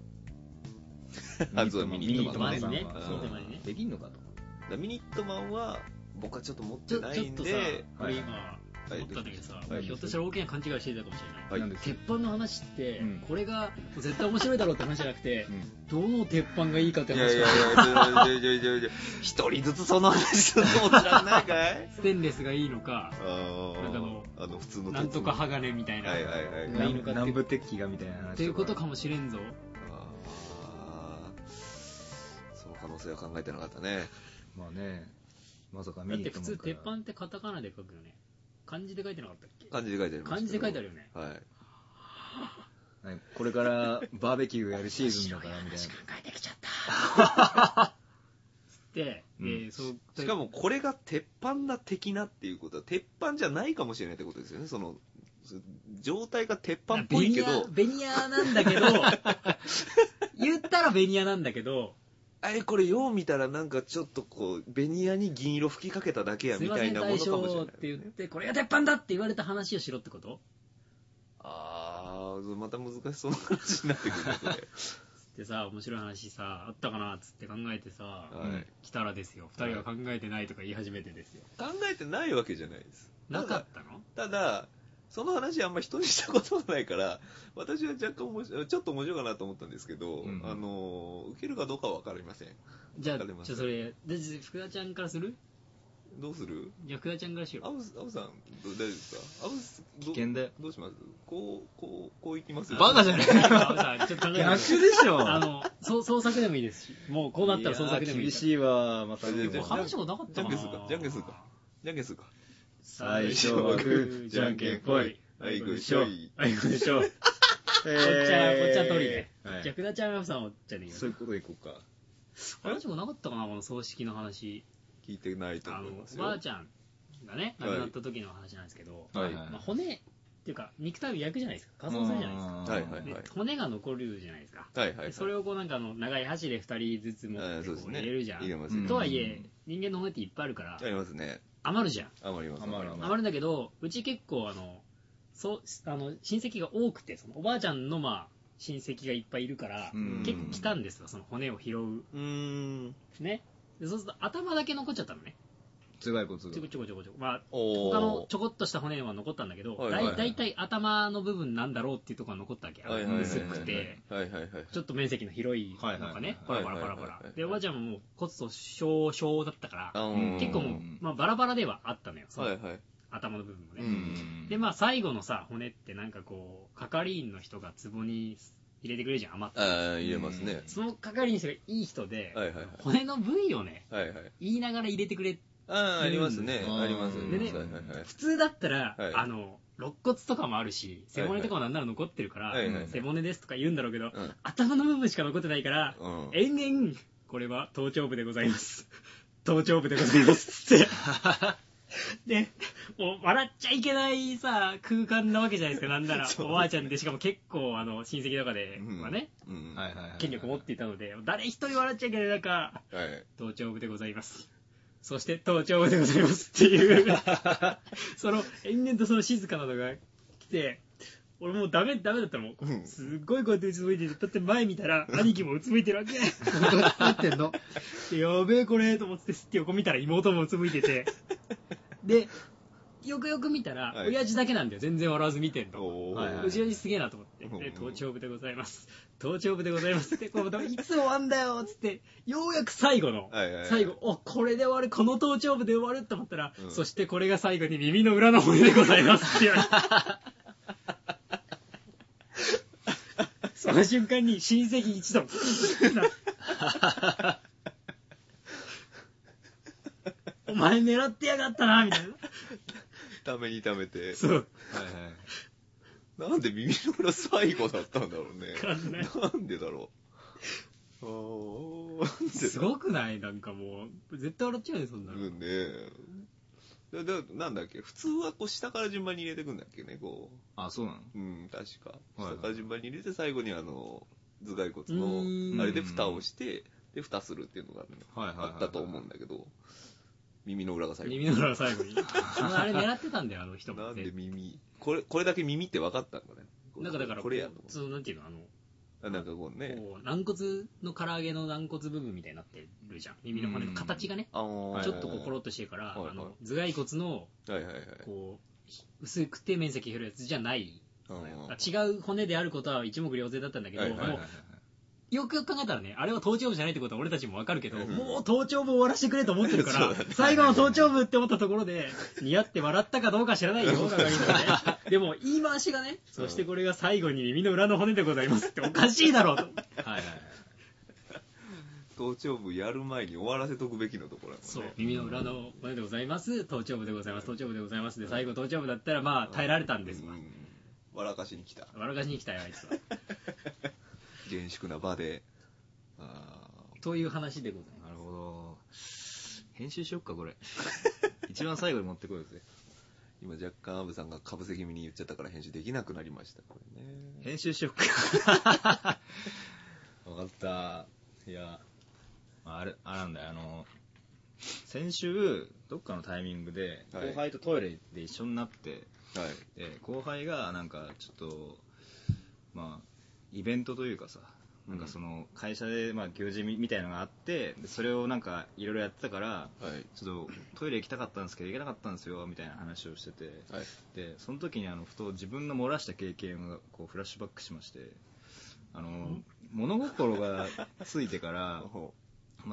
S2: あそうミニット
S1: マ
S2: マ
S1: ン
S2: ン
S1: ね
S2: ね
S1: ミニ
S2: うん
S1: ットマンね
S3: できんのかと。
S2: だからミニットマンは、僕はちょっと持っ
S1: ち
S2: て
S1: ょ
S2: な
S1: ち
S2: い
S1: ょっ
S2: ん
S1: とさ
S2: で、
S1: 俺
S3: はい
S1: 今
S2: はい
S1: 思ったんだけどさ、
S3: い
S1: 俺ひょっとしたら大きな勘違いしてたかもしれない、
S2: はい
S3: なんで
S1: 鉄板の話って、
S3: うん
S1: これが絶対面白いだろうって話じゃなくて
S3: うん。
S1: どの鉄板がいいかっ
S2: い
S1: て
S2: やいや
S1: 話
S2: い
S1: だ
S2: や、ちょいちょいちょいちょい 一人ずつその話するのも知らないかい
S1: ステンレスがいいのか
S2: あー
S1: なんかあの
S2: あの、普通の鉄
S1: なんとか鋼みたいな、
S2: はいはいはい
S1: がいいのかって
S3: 南部鉄器がみたいな話
S1: っていうことかもしれんぞ
S2: あーその可能性は考えてなかったね。
S3: まあねまさか
S1: だ
S3: 見
S1: っ
S3: に
S1: て
S3: 行
S1: 普
S3: くもん
S1: 通
S3: から
S1: 鉄板ってカタカナで書くよね漢字で書いてなかったっけ
S2: 漢字で書いてあります
S1: 漢字で書いてあるよね
S2: はい。
S3: なんかこれからバーベキューやるシーズンだからみたいな
S1: 考えてきちゃった つって、
S3: うん
S1: えーそう
S2: しかもこれが鉄板だ的なっていうことは、鉄板じゃないかもしれないってことですよね。その、そ状態が鉄板っぽいけど、
S1: ベニヤベニヤなんだけど言ったらベニヤなんだけど
S2: あれこれよう見たらなんかちょっとこう、ベニヤに銀色吹きかけただけや
S1: すい
S2: み
S1: ま
S2: た
S1: せ
S2: い
S1: ん
S2: なもの
S1: 大
S2: かもしれ
S1: 将
S2: ない
S1: っ
S2: ね、
S1: て言ってこれが鉄板だって言われた話をしろってこと
S2: あー、また難しそうな話になってくるね、これ。
S1: でさ面白い話さあったかなっつって考えてさ、
S2: はい
S1: 来たらですよ2人が考えてないとか言い始めてですよ
S2: 考えてないわけじゃないです。
S1: なかったの
S2: ただ、その話あんま人にしたことがないから、私は若干面白いちょっと面白いかなと思ったんですけど、
S3: うん
S2: あの、受けるかどうかは分かりません。
S1: じゃあ
S2: わかりま
S1: ち
S2: す
S1: ょそれで福田ちゃんからする
S2: どうする
S1: じゃあ福田ちゃんからしよ
S2: ア
S1: う
S2: ブアブさん、ど大丈夫ですかアブス、ど
S3: 危険だよ
S2: どうしますこう、こう、こういきます
S3: バカじゃねえ
S1: あさちょっと考えてみ
S3: 逆
S1: ま
S3: ですしょ
S1: あの、そう創作でもいいですし、もうこうなったら創作でもいい
S3: や厳
S1: し。
S3: しいわまた
S2: いやいやいや
S1: 話したことなかったかな
S2: じゃんけんするかじゃんけんするかじゃんけんするか。
S3: 最初はグーじゃんけんぽい
S2: はい、
S3: こ
S2: ご
S3: で
S2: 一
S3: しょ
S2: 緒。
S3: は
S2: はいい
S3: こうでしょこっち
S1: こっちは、こっちは通りで。じゃあ、
S3: はい
S1: 福田ちゃん、アフさんはじゃねえよ。
S3: そういうことでいこうか
S1: 話したことなかったかな、この葬式の話。
S2: 聞いてないと
S1: あ
S2: 思い
S1: の
S2: ま、す
S1: お
S2: よ。
S1: ばあちゃんがね、亡
S2: はい
S1: くなった時の話なんですけど、
S2: はい
S1: まあ、骨っていうか、肉体を焼くじゃないですか。乾燥するじゃないですか。
S2: はいはいはい
S1: で骨が残るじゃないですか。
S2: はいはいは
S1: で
S2: い。
S1: それをこうなんかあの長い箸で2人ずつ持っ
S2: あー
S1: て
S2: そう
S1: こ
S2: です
S1: う
S2: ね。
S1: 入れるじゃ
S2: 入れ
S1: ん。
S2: ますね。
S1: とはいえ、人間の骨っていっぱいあるから
S2: あ、りますね。
S1: 余るじゃん。
S2: 余ります。
S3: 余る
S1: 余るんだけど、うち結構あの、そう、あの、親戚が多くて、そのおばあちゃんのまあ、親戚がいっぱいいるから、
S3: うん
S1: 結構来たんですよ、その骨を拾う。
S2: うーん。
S1: ね。でそうすると頭だけ残っちゃったのね。
S3: つがいこつが
S1: ちょこちょこちょこちょこ。まあ、
S2: お
S1: 他のちょこっとした骨は残ったんだけど、
S2: はいはいは
S1: だ
S2: い
S1: いたい頭の部分なんだろうっていうところが残ったわけ。
S2: はいはいはいはい
S1: 薄くて、
S2: はいはいはい。
S1: ちょっと面積の広いの
S3: は
S1: が
S3: いはい
S1: ね、パラパラパラ
S2: はい
S1: パ
S2: はいはいは
S1: ラ
S2: い。
S1: で、おばあちゃんももう骨粗鬆症だったから、
S2: あ
S3: うん
S1: 結構もう、まあバラバラではあったのよ、そ
S2: はい
S1: の
S2: はい。
S1: 頭の部分もね。
S2: う
S3: うん
S1: でまあ最後のさ骨ってなんかこう係員の人が壺に入れてくれるじゃん余った
S2: ああ、入れますね。
S1: その係員の人がいい人で、
S2: はいはいはい
S1: 骨の部位をね
S2: はいはい。
S1: 言いながら入れてくれ
S2: ああ、ありますね。
S3: うん
S2: ありますね。
S1: でね
S2: はいはいはい。
S1: 普通だったら、
S2: はい
S1: あの肋骨とかもあるし背骨とかもなんなら残ってるから、
S2: はいはいはい
S1: 背骨ですとか言うんだろうけど、
S2: うん
S1: 頭の部分しか残ってないから、
S2: うん
S1: 延々これは頭頂部でございます頭頂部でございます ってでもう笑っちゃいけないさ空間なわけじゃないですかなんなら、
S2: そう
S1: おばあちゃんでしかも結構あの親戚とかで
S2: うん
S1: はね、
S2: うん
S3: はいはいはい
S1: 権力を持っていたので誰一人笑っちゃいけない中
S2: はい。
S1: 頭頂部でございます。そして頭頂部でございますって いう、その延々とその静かなのが来て、俺もうダメ、ダメだったもん。
S2: うん
S1: すっごいこうやってうつむいてて、だって前見たら兄貴もうつむいてるわけ。どうやってんの やべえこれと思って、すって横見たら妹もうつむいてて。で、よくよく見たら、
S2: はい
S1: 親父だけなんだよ全然笑わず見てんの
S2: おー
S3: はいは
S1: うちの親父すげえなと思って
S2: うん
S1: で「頭頂部でございます頭頂部でございます」ってこういつ終わんだよっつってようやく最後の
S2: はいはいはい
S1: 最後おこれで終わるこの頭頂部で終わると思ったら、
S2: うん
S1: そしてこれが最後に耳の裏の骨でございますって言われてその瞬間に親戚一同お前狙ってやがったなみたいな
S2: ためにためて。
S1: そう
S3: はいはい。
S2: なんで耳の裏最後だったんだろうね。
S1: わかんない
S2: なんでだろう。ああ、なんでだろう
S1: すごくないなんかもう絶対笑っちゃうよそんなの、
S2: うんねだだなんだっけ普通はこう下から順番に入れてくんだっけねこ
S3: あ、そうなの
S2: ううん確か
S3: はいはい
S2: 下から順番に入れて最後にあの頭蓋
S1: う
S2: 骨
S1: ーん
S2: のあれで蓋をしてで蓋するっていうのがね、
S3: はいはいはいはい
S2: あったと思うんだけど耳の裏が最後
S1: 耳の裏の最後にあれ狙ってたんだよあの人も
S2: なんで耳これこれだけ耳って分かったんだねこれ
S1: なんかだから
S2: これやと思
S1: そのなんていうのあの
S2: うあなんかこうね
S1: こう軟骨の唐揚げの軟骨部分みたいになってるじゃん耳の骨の形がね、
S2: あのー
S1: ちょっとこうコロッとしてるから、
S2: はいはい
S1: あの頭蓋骨の
S2: はいはいはい
S1: こうひ薄くて面積広いやつじゃない、
S2: あのー
S1: 違う骨であることは一目瞭然だったんだけど、
S2: はいはいはい
S1: もうよくよく考えたらねあれは頭頂部じゃないってことは俺たちもわかるけど、
S2: うん
S1: もう頭頂部終わらせてくれと思ってるか
S2: そう
S1: ら、
S2: だね
S1: 最後の頭頂部って思ったところで似合って笑ったかどうか知らないよ係員 がねでも言い回しがねそしてこれが最後に耳の裏の骨でございますっておかしいだろうと。
S3: はいはい。
S2: 頭頂部やる前に終わらせとくべきのところだもんね
S1: そう耳の裏の骨でございます頭頂部でございます頭頂部でございますで最後頭頂部だったらまあ耐えられたんですわ
S2: うん笑かしに来た
S1: 笑かしに来たよあいつは
S2: 厳粛な場であ
S1: という話でございま
S3: なるほど。編集しよっか、これ。一番最後に持ってこようぜ。
S2: ー今若干アブさんがかぶせ気味に言っちゃったから編集できなくなりましたこれね
S3: 編集しよっ か。わかった。いや、まああれ、あれなんだよ、あの、先週、どっかのタイミングで、
S2: はい
S3: 後輩とトイレで一緒になって、
S2: はい
S3: で後輩がなんかちょっとまあイベントというかさなんかその会社でまあ行事みみたいのがあってでそれをなんかいろいろやってたから
S2: はい
S3: ちょっとトイレ行きたかったんですけど行けなかったんですよみたいな話をしてて
S2: はい
S3: でその時にあのふと自分の漏らした経験がこうフラッシュバックしましてあの物心がついてから
S2: ほ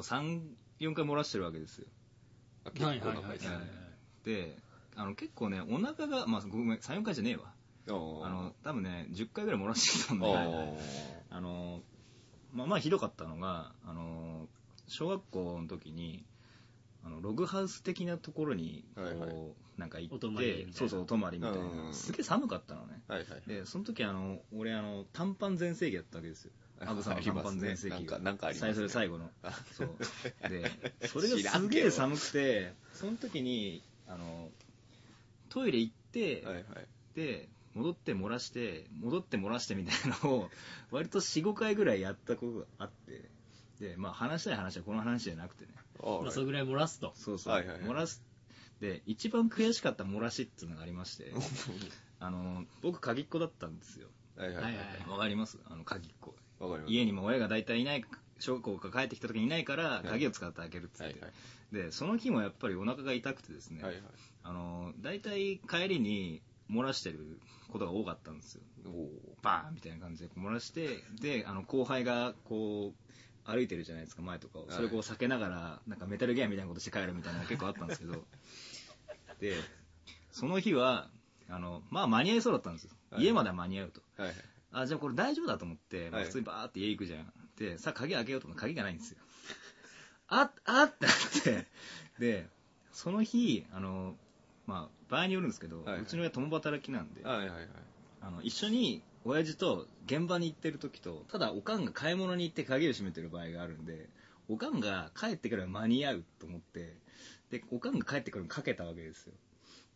S3: 34回漏らしてるわけですよ
S2: うあ
S1: すはい
S2: 結構
S1: はい
S2: な
S1: は
S2: 回
S1: い
S2: ですね
S3: であの結構ねお腹がまあごめん34回じゃねえわ
S2: あー
S3: あの多分ね10回ぐらい漏らしてきたんで、
S2: あー
S3: あのまあまあひどかったのがあの小学校の時にあのログハウス的なところにこう、
S2: はいはい
S3: なんか行
S1: お
S3: って
S1: 泊まりみたいな
S3: そうそうお泊まりみたいな、
S2: うん
S3: すげえ寒かったのね
S2: はいはい
S3: でその時あの俺あの短パン全盛期だったわけですよアブさんの
S2: あり
S3: 短
S2: ますね
S3: パン全盛期が、
S2: なんかなんかありますね
S3: 最初で最後の
S2: あ
S3: そう でそれが
S2: 知らん
S3: す
S2: け
S3: げ
S2: ど
S3: え寒くてその時にあのトイレ行って、
S2: はいはい
S3: で戻って漏らして戻って漏らしてみたいなのを割と45回ぐらいやったことがあってでまあ話したい話はこの話じゃなくてね
S2: あー
S1: まあそれぐらい漏らすと
S3: そうそう、
S2: はいはいはい
S3: 漏らすで一番悔しかった漏らしっていうのがありま してあの僕鍵っ子だったんですよ
S2: はいはい
S1: は
S2: はいい
S1: はい
S3: わかりますあの鍵っ子
S2: わかります
S3: 家にも親が大体いない小学校から帰ってきた時にいないから鍵を使って開けるっつって、
S2: はいはい
S3: でその日もやっぱりお腹が痛くてですね、
S2: はいはい
S3: あの大体帰りに漏らしてることが多かったんですよ
S2: おー
S3: バーンみたいな感じで漏らしてであの後輩がこう歩いてるじゃないですか前とかを
S2: はい
S3: それをこう避けながらなんかメタルゲームみたいなことして帰るみたいなのが結構あったんですけ どでその日はあのまあ間に合いそうだったんですよ
S2: はい
S3: 家までは間に合うと、
S2: はいはい
S3: あじゃあこれ大丈夫だと思って、まあ
S2: はい
S3: 普通にバーって家行くじゃんでさあ鍵開けようと思って鍵がないんですよああってなってでその日あのまあ場合によるんですけど、
S2: はいはいう
S3: ちの親共働きなんで
S2: はいはいはい
S3: あの一緒に親父と現場に行ってる時とただおかんが買い物に行って鍵を閉めてる場合があるんでおかんが帰ってくれば間に合うと思ってでおかんが帰ってくるのかけたわけですよ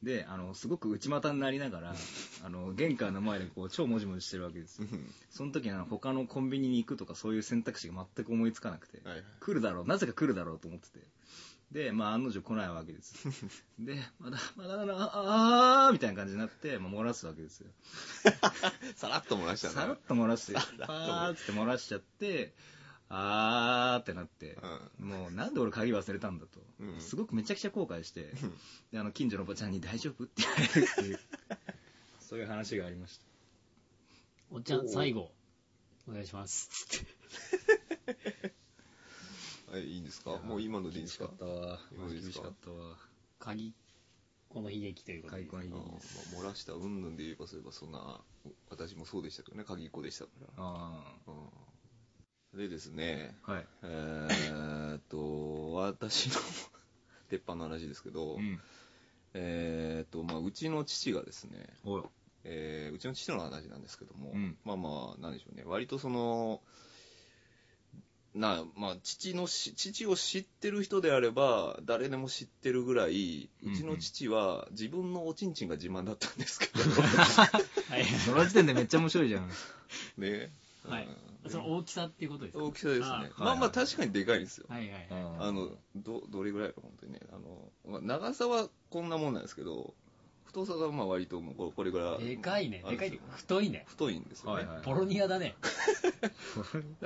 S3: であのすごく内股になりながらあの玄関の前でこう超もじもじしてるわけですよ
S2: うん
S3: その時あの他のコンビニに行くとかそういう選択肢が全く思いつかなくて、
S2: はいはい
S3: 来るだろうなぜか来るだろうと思っててでまあ案の定来ないわけです でまだまだまだあああーみたいな感じになって、まあ、漏らすわけですよ
S2: さらっと漏らしたね
S3: さらっと漏らしてパーッつって漏らしちゃってあーってなって、
S2: う
S3: もうなんで俺鍵忘れたんだと、
S2: うん
S3: すごくめちゃくちゃ後悔して、であの近所のおばちゃんに大丈夫って言われるってい う、そういう話がありまし
S1: おっちゃん、最後、お願いします。つって
S2: ん。え、いいんです
S3: た。
S2: かもう今のでいい
S3: 厳
S2: んで
S3: し
S2: す
S3: か
S2: か
S3: ったわ。
S2: 今のでいい
S3: 厳し
S2: です
S3: か
S2: か
S3: ったわ。
S1: 鍵、この悲劇ということ
S3: 開
S1: で。
S3: 口の悲
S2: あーま
S3: 劇です。
S2: あ、漏らした云々で言えばそういえばそんな私もそうでしたけどね鍵っ子でしたから、
S3: あ
S2: うん、でですね
S3: あ。はい。
S2: えーっと私の 鉄板の話ですけど、
S3: うん。
S2: えーっとまあうちの父がですね、
S3: おい。
S2: えーうちの父の話なんですけども、
S3: うん
S2: まあまあなんでしょうね割とそのなまあ、父のし父を知ってる人であれば誰でも知ってるぐらい
S3: うんうん
S2: うちの父は自分のおちんちんが自慢だったんですけど、
S1: はい。
S3: その時点でめっちゃ面白い じゃん。
S2: ね、
S1: はい
S2: うん
S1: その大きさっていうことですか
S2: 大きさですね
S1: あ
S2: まあ
S3: はい
S2: ま
S3: は
S2: あ
S3: い
S2: 確かにでかいんですよ、
S1: はいはいはい。
S2: あのどどれぐらいか本当にねあの、まあ、長さはこんなもんなんですけど太さがまあ割ともうここれぐらい
S1: でかいね。
S2: あ
S1: で
S2: るん
S1: か
S2: す
S1: いね。太
S2: よ
S1: いね。
S2: 太いんですよね、
S3: はいはい
S1: ポロニアだね。
S2: だ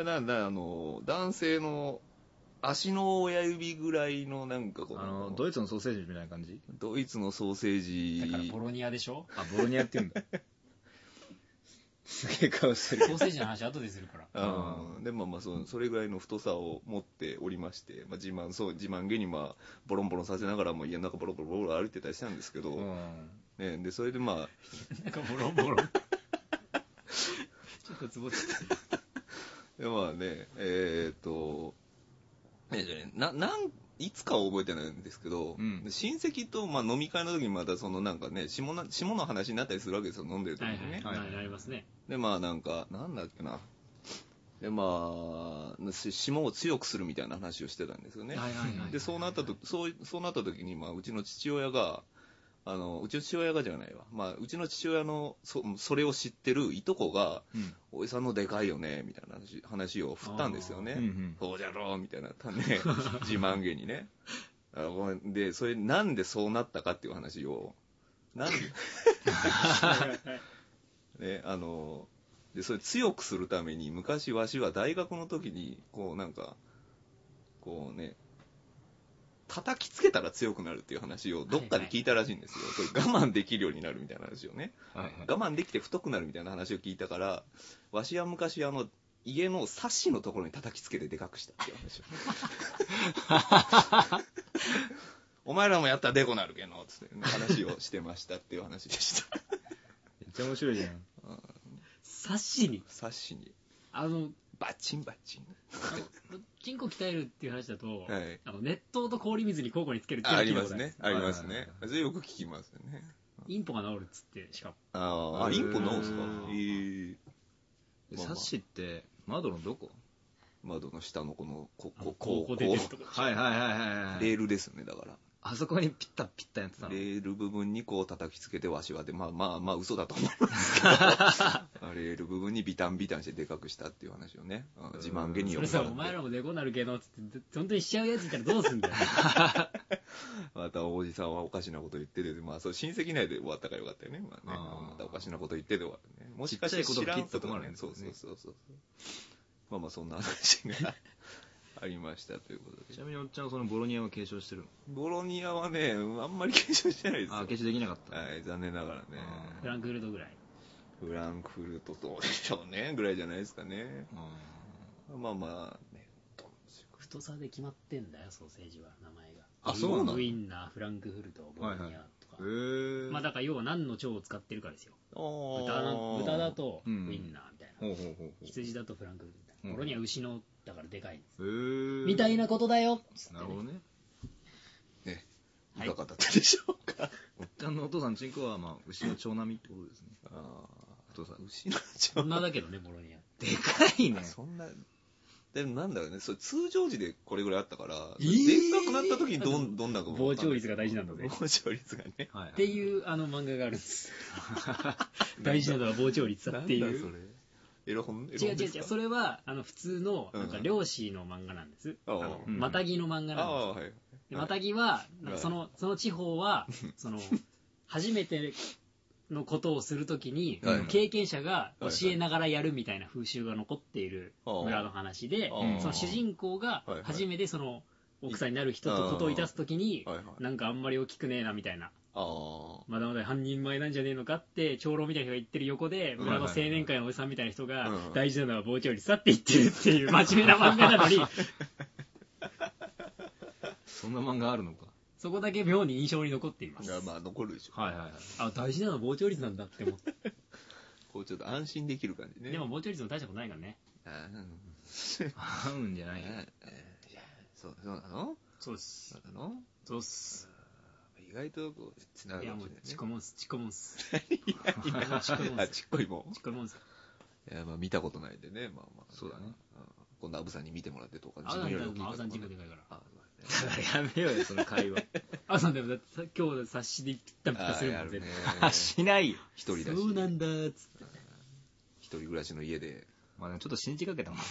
S2: からだからあの男性の足の親指ぐらいのなんかこの
S3: あの、ドイツのソーセージみたいな感じ
S2: ドイツのソーセージ
S1: だからポロニアでしょ
S3: あ、ボロニアって言うんだ。 すげえ顔して
S1: ソ
S3: る。
S1: ーセージの話後でするから。
S2: うんでまあまあそそれぐらいの太さを持っておりまして、まあ、自慢そう自慢げにまあボロンボロンさせながらも家の中ボロボロボロ歩いてたりしたんですけど、
S3: うん。
S2: ね、でそれでまあ
S1: なん かボロボロ。ちょっとつぼっちゃった。
S2: でまあねえーっとねななんいつかは覚えてないんですけど、
S3: うん
S2: で親戚とまあ飲み会の時にまたそのなんかね下な下の話になったりするわけですよ飲んでる時
S1: は
S2: に
S1: い
S2: ね、
S1: はいはい。なりますね。
S2: でまあなんかなんだっけなでまあし霜を強くするみたいな話をしてたんですよね、
S1: はいはいはい。
S2: でそうなったとそうそうなった時に、まあ、うちの父親があのうちの父親がじゃないわ、まあ、うちの父親のそそれを知ってるいとこが
S3: うん
S2: 「おじさんのでかいよね」みたいな話話を振ったんですよね、
S3: あーうんうん
S2: そうじゃろうみたいなたね 自慢げにねあごめんでそれなんでそうなったかっていう話をなんでね、あのでそれ強くするために昔わしは大学の時にこうなんかこうね叩きつけたら強くなるっていう話をどっかで聞いたらしいんですよ、これ我慢できるようになるみたいな話をね
S3: はいはい。
S2: 我慢できて太くなるみたいな話を聞いたからわしは昔あの家のサッシのところに叩きつけてでかくしたっていう話をお前らもやったらデコなるけのっつってね、話をしてましたっていう話でした
S3: めっちゃ面白いじゃん。
S1: サッシに、
S2: サッシに
S1: あの、
S2: バチンバチン
S1: あのチンコ鍛えるっていう話だと、
S2: はい
S1: あの熱湯と氷水に交互につけるっていう
S2: あ
S1: の
S2: あ
S1: は聞
S2: り
S1: いた
S2: ま
S1: こと
S2: す
S1: る
S2: ね。あります
S3: はいはい
S2: ね。それよく聞きますよね。
S1: インポが治るっつって、しかも。
S2: あーあ、
S3: へー
S2: インポ直すか。ええ
S3: で
S2: まあ
S3: サ
S2: ま
S3: ッ
S2: あ
S3: シって窓のどこ
S2: 窓の下のこの、こ
S1: あの
S2: こ、
S1: こ
S2: こ
S1: うこ
S2: こ
S1: う出てるとこ。
S3: はいはいはいはいはい。
S2: レールですね、だか
S3: あそこにピッタピッタやってた
S2: ら。
S3: の
S2: レ。ール部分にこう叩きつけて、わしはで、まあまあまあ、嘘だと思いますけど、レール部分にビタンビタンしてでかくしたっていう話をね、うん自慢げに
S1: それ
S2: 読んだ
S1: さ、
S2: らっ
S1: お
S2: て
S1: 前らもデコなるけどっつって、本当にしちゃうやついたらどうすんだよ。
S2: またおじさんはおかしなこと言ってて、まあ、そう親戚内で終わったからよかったよね、まあね、
S3: あー
S2: またおかしなこと言ってで終わるね。もしかして
S3: ちっちゃいこと
S2: 知
S3: が
S2: ら
S3: き
S2: ん
S3: っと
S2: こと
S3: 困
S2: が
S3: る
S2: ね
S3: ん、です
S2: そう
S3: ね
S2: そうそうそう。まあまあ、そんな話がありましたということ
S3: ち
S2: で。
S3: なみにおっちゃんはそのボロニアを継承してるの
S2: ボロニアはね、あんまり継承してないですよ。
S3: あ、継承できなかった。
S2: はい、残念ながらね。
S1: フランクフルトぐらい。
S2: フランクフルトどうでしょうね、ぐらいじゃないですかね。まあまあ、ね。
S1: 太さで決まってんだよ、ソーセージは、名前が。
S3: あそうなんだ
S1: ウインナー、フランクフルト、ボロニアとか。
S3: へぇ
S1: まあだから要は何の腸を使ってるかですよ。豚の
S2: 豚
S1: 豚だ。とウ
S3: うん
S1: インナーみたいな。
S3: ほうほうほうほう。
S1: 羊だとフランクフルトみたいな。
S3: うん
S1: ボロニア牛の、だからでかいんです。
S3: へぇ
S1: みたいなことだよつってね
S3: なるほどね。
S2: ね、い
S1: はい
S2: かがだったでしょうか。
S3: おっちゃんのお父さんチンコは、まあ、牛の長並みってことですね。
S2: あ
S3: お父さ
S2: ー
S3: ん。
S2: 牛の腸
S1: 女だけどね、ボロニア。
S3: でかいね。
S2: そんな、でもなんだろうね、それ通常時でこれぐらいあったから、
S3: えー
S2: でっかくなった時にどんどんなか
S1: 膨張率
S2: が。
S1: が大事なんだぜ。
S2: 膨張率がね。
S3: はい。っ
S1: っていうあの漫画があるん です。大事なのは膨張率だってい
S2: なんだ
S1: う。
S2: それ。エロ本エロ
S1: 違う
S2: 本
S1: 違
S2: で
S1: う
S2: す
S1: 違
S2: か
S1: う、それはあの普通のなんか
S2: うん
S1: 漁師の漫画なんです。
S2: ああ
S1: あの
S2: うん
S1: マタギの漫画な
S2: あ
S1: ん
S2: あ、
S1: で
S2: はい。
S1: す。でマタギは、なん
S2: は
S1: か
S2: い
S1: そのその地方は、その初めてのことをするときに、
S2: はいはい
S1: 経験者が
S2: いは
S1: 教
S2: い
S1: えながらやるみたいな風習が残っている村の話で、
S2: あ
S3: ー
S1: その主人公が
S2: はいはい
S1: 初めてその奥さんになる人とことをいたすときに、
S2: はいはい
S1: なんかあんまり大きくねえなみたいな、
S2: ああ
S1: まだまだ半人前なんじゃねえのかって、長老みたいな人が言ってる横で、
S2: うん
S1: 村の青年会のおじさんみたいな人が
S2: う、ん
S1: 大事なのは傍聴率だって言ってるっていう真面目な漫画なの に、
S3: そんな漫画あるのか
S1: そこだけ妙に印象に残っていま
S2: い
S1: す。
S2: やまあ残るでしょ
S3: はいはいはい
S1: あ、大事なのは傍聴率なんだって思って。
S2: こうちょっと安心できる感じ ね
S1: でも傍聴率も大したことないからね。
S2: あーうん
S3: 合うんじゃないよ
S2: えーいやそうそうなの
S1: そうっす
S2: そう。なの
S1: そうっす。
S2: 意外とこうつなが
S1: い
S2: る
S1: や
S2: か
S1: も
S2: も
S1: う
S2: しれない、ね、
S1: ちっこもんす、ちっこもん す。
S2: いやいや
S1: ちっこいもん
S2: あちっこいもん
S1: ちっこ もんす。
S2: いやまあ見たことないんでねまあまあ
S3: そうだね
S2: ん今度アブさんに見てもらってとか
S1: あさん
S2: より
S1: で
S2: 大きい
S1: も、あさんジム
S2: と
S1: で
S2: か
S1: かいから。
S2: あそうだね
S3: やめようよその会 話
S1: あさんでもだってさ今日冊子でピッタピ
S2: あ
S1: タする
S2: ー
S1: も
S2: や
S1: ん、
S2: る
S1: 全
S2: ね
S1: 部。
S3: しないよ
S2: 一人だし
S1: そうなんだーっつって。
S2: 一人暮らしの家で
S3: まあでもちょっと信じかけたもんね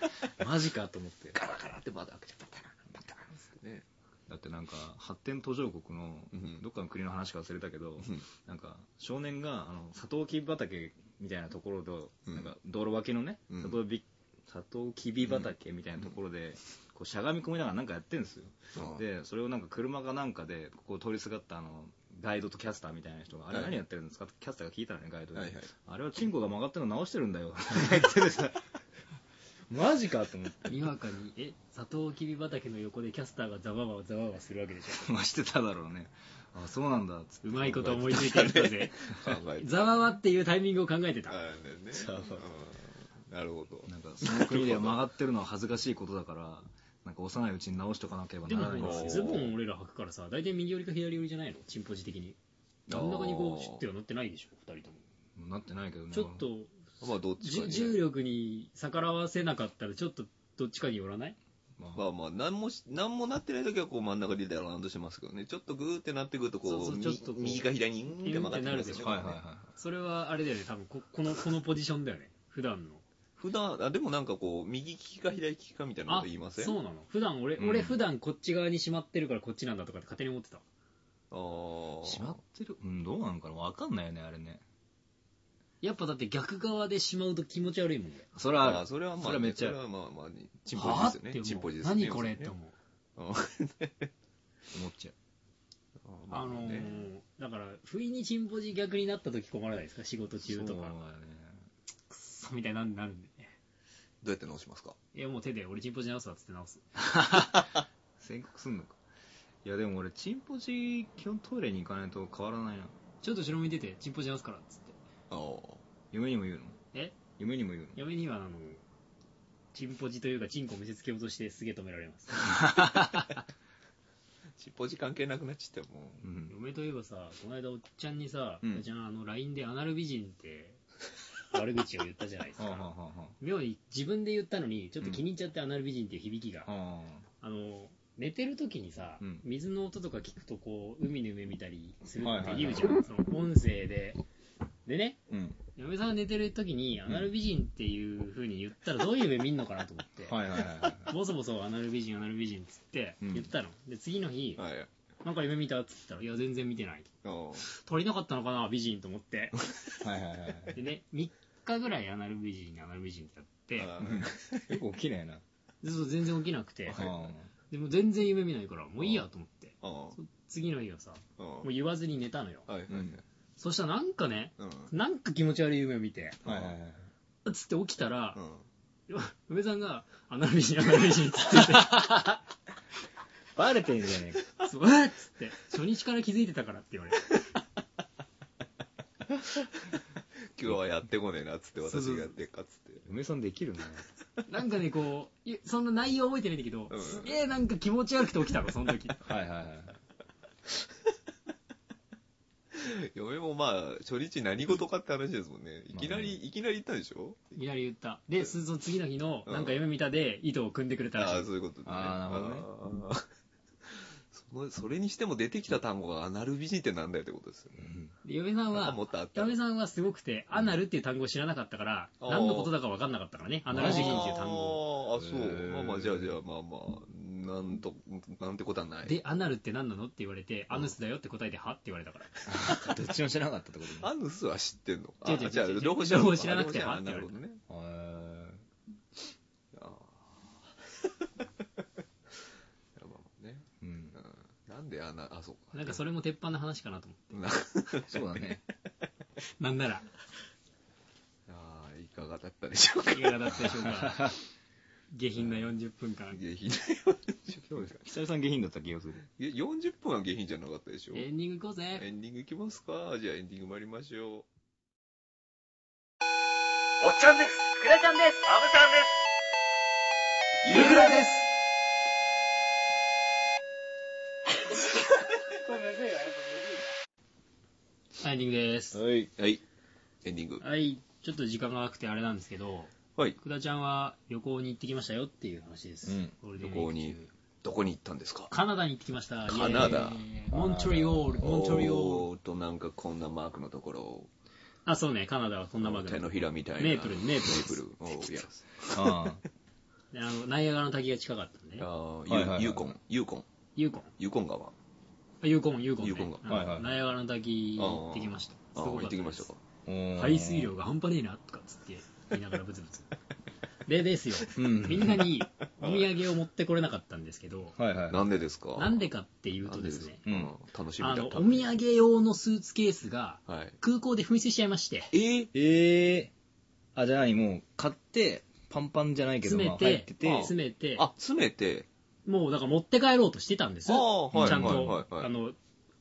S3: マジかと思って
S2: ガラガラって窓開けちゃったらバタンってね
S3: だってなんか発展途上国の
S2: うん
S3: どっかの国の話か忘れたけど、
S2: ん
S3: なんか少年があのサトウキビ畑みたいなところと、
S2: うん
S3: なんか道路脇のね、
S2: うん
S3: サトウビサトウキビ畑みたいなところで、こうしゃがみ込みながらなんかやってるんですよ、
S2: うん
S3: でそれをなんか車かなんかでここを通りすがったあのガイドとキャスターみたいな人が、あ
S2: は
S3: れ
S2: い
S3: 何やってるんですかってキャスターが聞いたらねガイドに、
S2: はいはい
S3: あれはチンコが曲がってるの直してるん だよって言っててさマジかと思って
S1: にわかに、え、サトウキビ畑の横でキャスターがザワワザワワするわけでし ょ。
S3: まあしてただろうねあそうなんだっつって
S1: うまいこと思いついてやったぜ。
S2: 考えて
S1: ザワワっていうタイミングを考えて
S2: あ
S1: た。
S2: ーねね
S3: そう
S2: うんなるほど
S3: なんかその国では曲がってるのは恥ずかしいことだから、なんか幼いうちに直しとかなければ
S1: で
S3: な
S1: も
S3: らないんです
S2: お
S3: よ
S2: ー
S1: ズボン俺ら履くからさ、大体右寄りか左寄りじゃないのチンポジ的に。真ん中にこう、シュッては乗ってないでしょ、二人とも。
S3: なってないけどね。
S1: ちょっと、
S2: まあどっち
S1: じ
S2: か
S1: ゅ
S2: に
S1: 重力に逆らわせなかったら、ちょっとどっちかに寄らない
S3: まあ
S2: まあまあ、なんもし、なんもなってない時は、こう真ん中でラウンドしますけどね。ちょっとグーってなってくると、こう、
S1: そうそう
S2: み
S1: ちょっとこう
S2: 右か左に、うんって曲がっ
S1: ピュンって
S2: てきますよ
S1: なるでし
S2: ね。
S1: ょ
S3: はいはいはい。
S1: それはあれだよね、多分ここのこのポジションだよね、普段の。
S2: 普段、あ、でもなんかこう、右利きか左利きかみたいなこと言いません
S1: そう
S2: あ
S1: なの。普段俺、
S3: うん
S1: 俺普段こっち側にしまってるからこっちなんだとかって勝手に思ってた。
S2: あー。
S3: しまってる、うん、どうなのかなわかんないよね、あれね。
S1: やっぱだって逆側でしまうと気持ち悪いもんね。
S3: それはある
S2: あーそれはまあ、
S3: それはめっちゃ
S2: それはまあまあ、チンポジですよ
S1: はぁ
S2: ね。チンポジです
S1: っ
S2: よ
S1: て
S2: ね。
S1: 思う何これって
S2: 要
S1: 思う。
S2: するにね
S3: 思っちゃう。
S2: うんま
S1: あ
S2: あ
S1: の
S2: ね
S1: ー、だから、不意にチンポジ逆になった時困らないですか仕事中と
S3: そうだ
S1: か
S3: ね。。
S1: くっそみたいになるんでね。
S2: どうやって直しますか
S1: いやもう手で俺チンポジ直すわっつって直す。
S3: 宣告すんのか。いや、でも俺、チンポジ、基本トイレに行かないと変わらないな。
S1: ちょっと後ろ向いてて、チンポジ直すからっつって。
S2: あー
S3: 夢にも言うの
S1: え
S3: 夢にも言うの
S1: 嫁にはあのチンポジというかチンコを見せつけようとしてすげえ止められます
S2: チンポジ関係なくなっちゃってもう。
S3: うん。
S1: 嫁といえばさこの間おっちゃんにさ「
S3: うん
S1: おっちゃんあの LINE でアナル美人」って悪口を言ったじゃないです
S3: は あ、はあ
S1: か
S3: は
S1: 妙に自分で言ったのにちょっと気に入っちゃって、アナル美人っていう響きが、
S3: あはあ、
S1: あの寝てる時にさ、
S3: うん
S1: 水の音とか聞くとこう海の夢見たりするって
S3: はいはい
S1: 言
S3: は
S1: う
S3: い
S1: じゃん、その音声ででね
S3: うん。
S1: 嫁さんが寝てる時にアナル美人っていう風に言ったらどういう夢見んのかなと思って、
S3: はいはいはいはい。
S1: ボソボソアナル美人アナル美人っつって
S3: うん
S1: 言ったの、で次の日
S2: はい。
S1: なんか夢見たっつったらいや全然見てない
S2: あー
S1: 足りなかったのかな美人と思って
S3: はいはいはい。
S1: でね3日ぐらいアナル美人アナル美人ってやって
S2: あ
S3: よく起きないな。
S1: でそう全然起きなくて
S2: はい
S1: でも全然夢見ないからもういいやと思って
S2: ーあ
S1: そ次の日はさ
S2: ー。
S1: も
S2: も
S1: う言わずに寝たのよ
S2: はいはいはい。
S3: うん
S1: そしたらなんかね
S2: うん。
S1: なんか気持ち悪い夢を見て
S3: はいはいはい。
S1: っつって起きたら
S2: うん。
S1: 梅さんがアナル美人アナル美人っつって
S3: バレてんじゃねえか。
S1: 「そうえっ!」つって「初日から気づいてたから」って言われて
S2: 今日はやってこねえなっつって、
S1: そうそう
S2: 私がやってっかっつって。
S3: 梅さんできるね。
S1: なんかね、こうい、そんな内容覚えてないんだけど、
S2: うん
S1: すげえなんか気持ち悪くて起きたの、その時。
S3: はいはいはい。
S2: 嫁もまあ、初日何事かって話ですもんね。いきなり、いきなり行ったでしょ
S1: いきなり言った。で、すその次の日の、
S2: うん
S1: なんか夢見たで、糸を組んでくれたら
S2: あ
S1: し
S2: あ、
S1: い。
S2: そういうことね。
S3: あーなる
S2: あーそのそれにしても出てきた単語がアナルビジンってなんだよってことですよね。
S1: で嫁さん
S2: なんか
S1: は
S2: も、っとあった。
S1: 嫁さんはすごくて、アナルっていう単語を知らなかったから、
S2: あー
S1: 何のことだか分かんなかったからね、アナル美人っていう単語。
S2: 語。ああ、そう。
S3: へー
S2: まあまあ、じゃあじゃあ、まあまあ、なんと、なんてことはない。
S1: で、アナルって何なのって言われて、アヌスだよって答えて、はって言われたから。
S3: どっちも知らなかったってこと
S2: アヌスは知ってんの
S1: 違う違う違う
S2: じゃあ
S1: 違う
S2: 両方知らの
S1: 両方知らなくて
S2: あ
S1: あ
S2: なるほどね。
S3: へー
S2: ああ。やばいね。
S3: うん
S2: うんなんであんな、あ、そうか。
S1: なんかそれも鉄板の話かなと思って。
S2: な
S3: そうだね
S1: なんなら、
S2: ああ、いかがだったでしょうか。
S1: いかがだったでしょう か。下品な40分間。
S2: 下品だよ。
S3: そうですか 久々に下品だった気がする
S2: いや40分は下品じゃなかったでしょ。
S1: エンディング行こう
S2: エ
S1: ぜ。
S2: ンディングいきますか。じゃあエンディング参りましょう。
S5: おっちゃんです。くらちゃんです。あぶちゃんです。
S2: ゆうらです
S1: エンディングです。
S3: はい
S2: はい。エンディング。
S1: はい、ちょっと時間が空くてあれなんですけど、
S2: はい。
S1: 福田ちゃんは旅行に行ってきましたよっていう話です。
S3: うん
S1: ゴールデンウィ
S2: 旅行
S1: ーク
S2: に
S1: 中
S2: どこに行ったんですか
S1: カナダに行ってきました。
S2: カナダ
S1: イエーイモントリオール、モントリオール。
S2: おーっと、なんかこんなマークのところ
S1: あ、そうね、カナダはこんなまで。
S2: 手のひらみたいな。
S1: メープルメープ
S2: ル。メープル。おーいや。
S3: あ
S1: であの、ナイアガラの滝が近かったんでね。
S2: あ
S3: はいはい
S2: あ
S3: は、い
S2: ユーコン、ユーコン、
S1: ユーコン。
S2: ユーコン川。
S1: あユーコン、ユーコン、ね。
S2: ユーコンが
S1: うん
S3: はいはい
S1: ナイアガラの滝行ってきました。
S2: ああ、
S1: すごか
S2: 行
S1: っ
S2: ったて
S1: で
S2: き
S1: す
S2: ましたか。
S3: ー
S1: 排水量が半端ねえなとかっつって言いながらブツブ ツでですよ、
S3: うん
S1: みんなにお土産を持ってこれなかったんですけど、
S3: はいはい
S2: なんでですか
S1: なんでかっていう
S2: な
S1: と
S2: ん
S1: ですね
S2: かうん楽しみだ
S1: あ
S2: った
S1: のお土産用のスーツケースが
S2: はい。
S1: 空港で紛失しちゃいまして
S2: え
S3: ええあじゃあ何もう買ってパンパンじゃないけど
S1: 詰め
S3: まあ入
S1: て
S3: って
S2: あ
S3: て
S1: 詰めて
S2: あ、詰めて、
S1: もうだから持って帰ろうとしてたんです
S2: ああはい
S1: ちゃんと、
S2: はいはいはい
S1: あの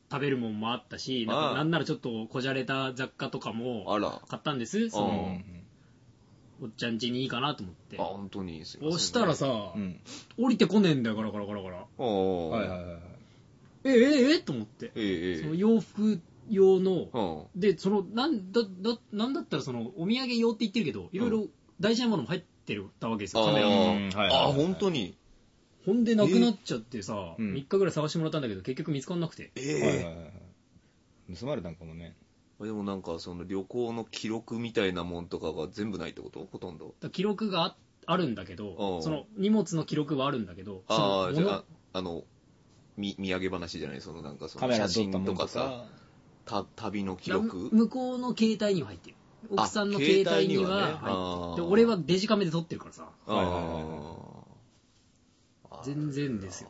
S1: 食べるもんもあったしなん
S2: あ
S1: か
S2: あ
S1: なんならちょっとこじゃれた雑貨とかも
S2: あら。
S1: 買ったんですそ
S3: うん
S2: ああ
S1: のおっちゃん家にいいかなと思って
S2: あ、本当にすいませんね。
S1: 押したらさ、
S3: うん
S1: 降りてこねえんだよガラガラガラガラ
S2: ああ。
S3: はいはい
S2: い。
S3: はいはい
S1: えええと思って、
S2: ええ、ええ
S1: その。洋服用の、
S2: うん。
S1: でそのなんだだなんだったらそのお土産用って言ってるけどいろいろ大事なものも入ってたわけですよ、カメラ
S3: あ
S1: も
S3: うんはいはいはい
S2: ああ、本当に。
S1: ほんでなくなっちゃってさ、
S3: えうん
S1: 3日ぐらい探してもらったんだけど結局見つかんなくて
S2: え
S3: はいはい
S2: え。
S3: はいはい盗まれたんかもね
S2: でもなんか、その旅行の記録みたいなもんとかが全部ないってことほとんど。
S1: だから記録がああるんだけ
S2: う
S1: ど
S2: ん
S1: その荷物の記録はあるんだけどそ
S2: あ
S1: の
S2: あ、じ
S1: 物
S2: ゃあ、あの、み土産話じゃない、そのなんかそ
S3: カ
S2: の
S3: メラ撮
S2: 写
S3: った
S2: 真
S3: も
S2: と
S3: んと
S2: かさ、
S3: か
S2: た旅の記
S1: だから
S2: 録
S1: 向こうの携帯には入ってる
S2: あ
S1: 奥さんの携帯に
S2: 携帯に
S1: は
S2: はね
S1: 入
S2: あ
S1: っ
S2: ー
S1: てるで俺はデジカメで撮ってるからさ
S3: はいはいはい
S2: あー
S1: 全然ですよ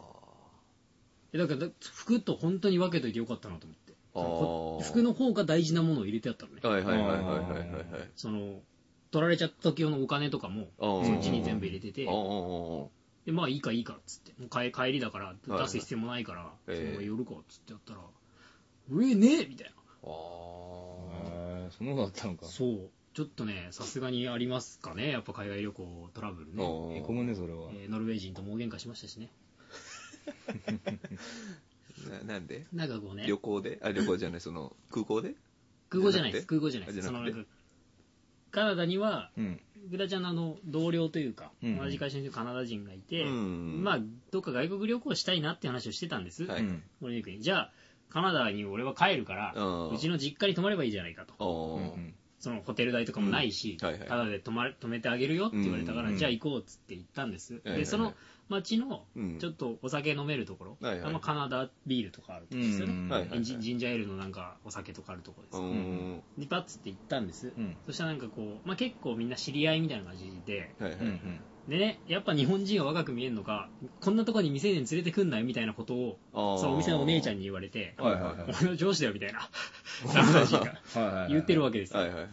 S1: えだからだ服と本当に分けといてよかったなと思って
S2: あー
S1: こ服の方が大事なものを入れてあったのね
S2: はいはいはいはいはいはいはい。
S1: その取られちゃった時用のお金とかも
S2: あー
S1: そっちに全部入れてて
S2: あーあ
S1: でまあいいかいいかっつってもう帰帰りだから
S2: はい
S1: 出す必要もないからそ
S2: ええ
S1: のまま寄るかっつってやったら「上ねえ!」みたい
S2: ーあ
S3: へーそんなことあったのか
S1: なそうちょっとねさすがにありますかねやっぱ海外旅行トラブル
S2: ーあ
S1: ね、
S3: へ
S2: ー
S3: こむねそれは
S1: えーノルウェー人とも大喧嘩しましたしね
S2: ななんで
S1: なんかこうね
S2: 旅行であ、旅行じゃない、その空港で
S1: 空港じゃないです
S2: じゃなくて
S1: 空港じゃないで
S2: あ
S1: す
S2: じ
S1: そ
S2: ゃな
S1: の
S2: く
S1: な
S2: て
S1: んかカナダには
S3: うん
S1: グラちゃんのあの同僚というか、
S3: うん
S1: 同じ会社にいるカナダ人がいて、
S2: うん
S1: まあ、どっか外国旅行したいなって話をしてたんです、
S2: は
S1: ゴ
S2: い
S1: ールデンウィークに。じゃあ、カナダに俺は帰るから
S2: あ、ー
S1: うちの実家に泊まればいいじゃないか
S2: あ
S1: と、
S3: う
S2: ー
S3: ん
S1: そのホテル代とかもないし、
S2: うんはいはい
S1: タダで泊まれ泊めてあげるよって言われたから、
S3: うん
S1: じゃあ行こうっつって行ったんです、
S2: はいはい
S1: でその町の
S2: うん
S1: ちょっとお酒飲めるところ、
S2: はいはい
S1: あんまカナダビールとかあるとこですよね、
S3: うん
S2: はいはいはい
S1: ジンジンジャーエールのなんかお酒とかあるとこです、
S2: うーん。
S1: でパッつって行ったんです、
S3: うん
S1: そしたらなんかこう、まあ、結構みんな知り合いみたいな感じで
S2: はいは
S3: うんう
S2: い。
S3: ん
S1: でねやっぱ日本人は若く見えるのかこんなとこに未成年連れてくんなよみたいなことを
S2: あー
S1: そのお店のお姉ちゃんに言われて
S3: はいはいはい
S1: 俺の上司だよみたい なカナダ人が
S3: はいはいはい
S1: 言ってるわけですよ、
S2: はいはいはい。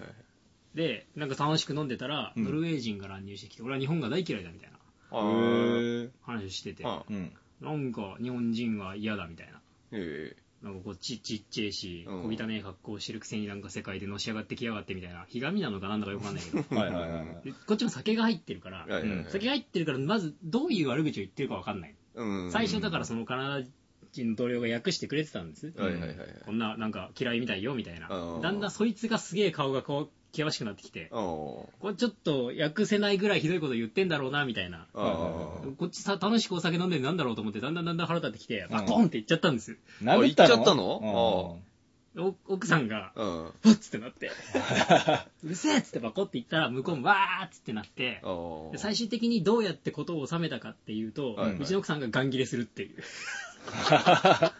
S1: でなんか楽しく飲んでたら、
S3: うん
S1: ノルウェー人が乱入してきて俺は日本が大嫌いだみたいな
S2: あ
S3: へ
S2: ー
S3: ー
S1: 話をしてて
S2: あ
S3: うん
S1: なんか日本人は嫌だみたいな
S2: え
S1: なんかこっちちっちゃいし
S2: うん
S1: 小汚い格好してるくせになんか世界でのし上がってきやがってみたいなひがみなのかなんだかよくわかんないけ ど
S3: はいはいはいはい
S1: でこっちも酒が入ってるから、
S2: えはいはいはい。
S1: 酒が入ってるからまずどういう悪口を言ってるかわかんない、
S2: うん
S1: 最初だからそのカナダ人の同僚が訳してくれてたんです、
S2: はいはいはいはい。
S1: こんななんか嫌いみたいよみたいな、
S2: うん
S1: だんだんそいつがすげえ顔がこう険しくなってきて、
S2: あー
S1: これちょっと訳せないぐらいひどいこと言ってんだろうなみたいな
S2: あー
S1: こっちさ楽しくお酒飲んでるなんだろうと思ってだんだんだんだん腹立ってきて
S3: うん
S1: バコンって言っちゃったんです、
S3: 殴
S2: あ行っちゃったの
S3: うん
S1: お奥さんが、
S2: うん。
S1: わっつってな って、うるせえっつってバコって言ったら、向こうもわーっつってなって、
S2: あ
S1: で
S2: あ。
S1: 最終的にどうやってことを収めたかっていうと、
S2: はいはいう
S1: ちの奥さんがガン切れするっていう。
S2: あ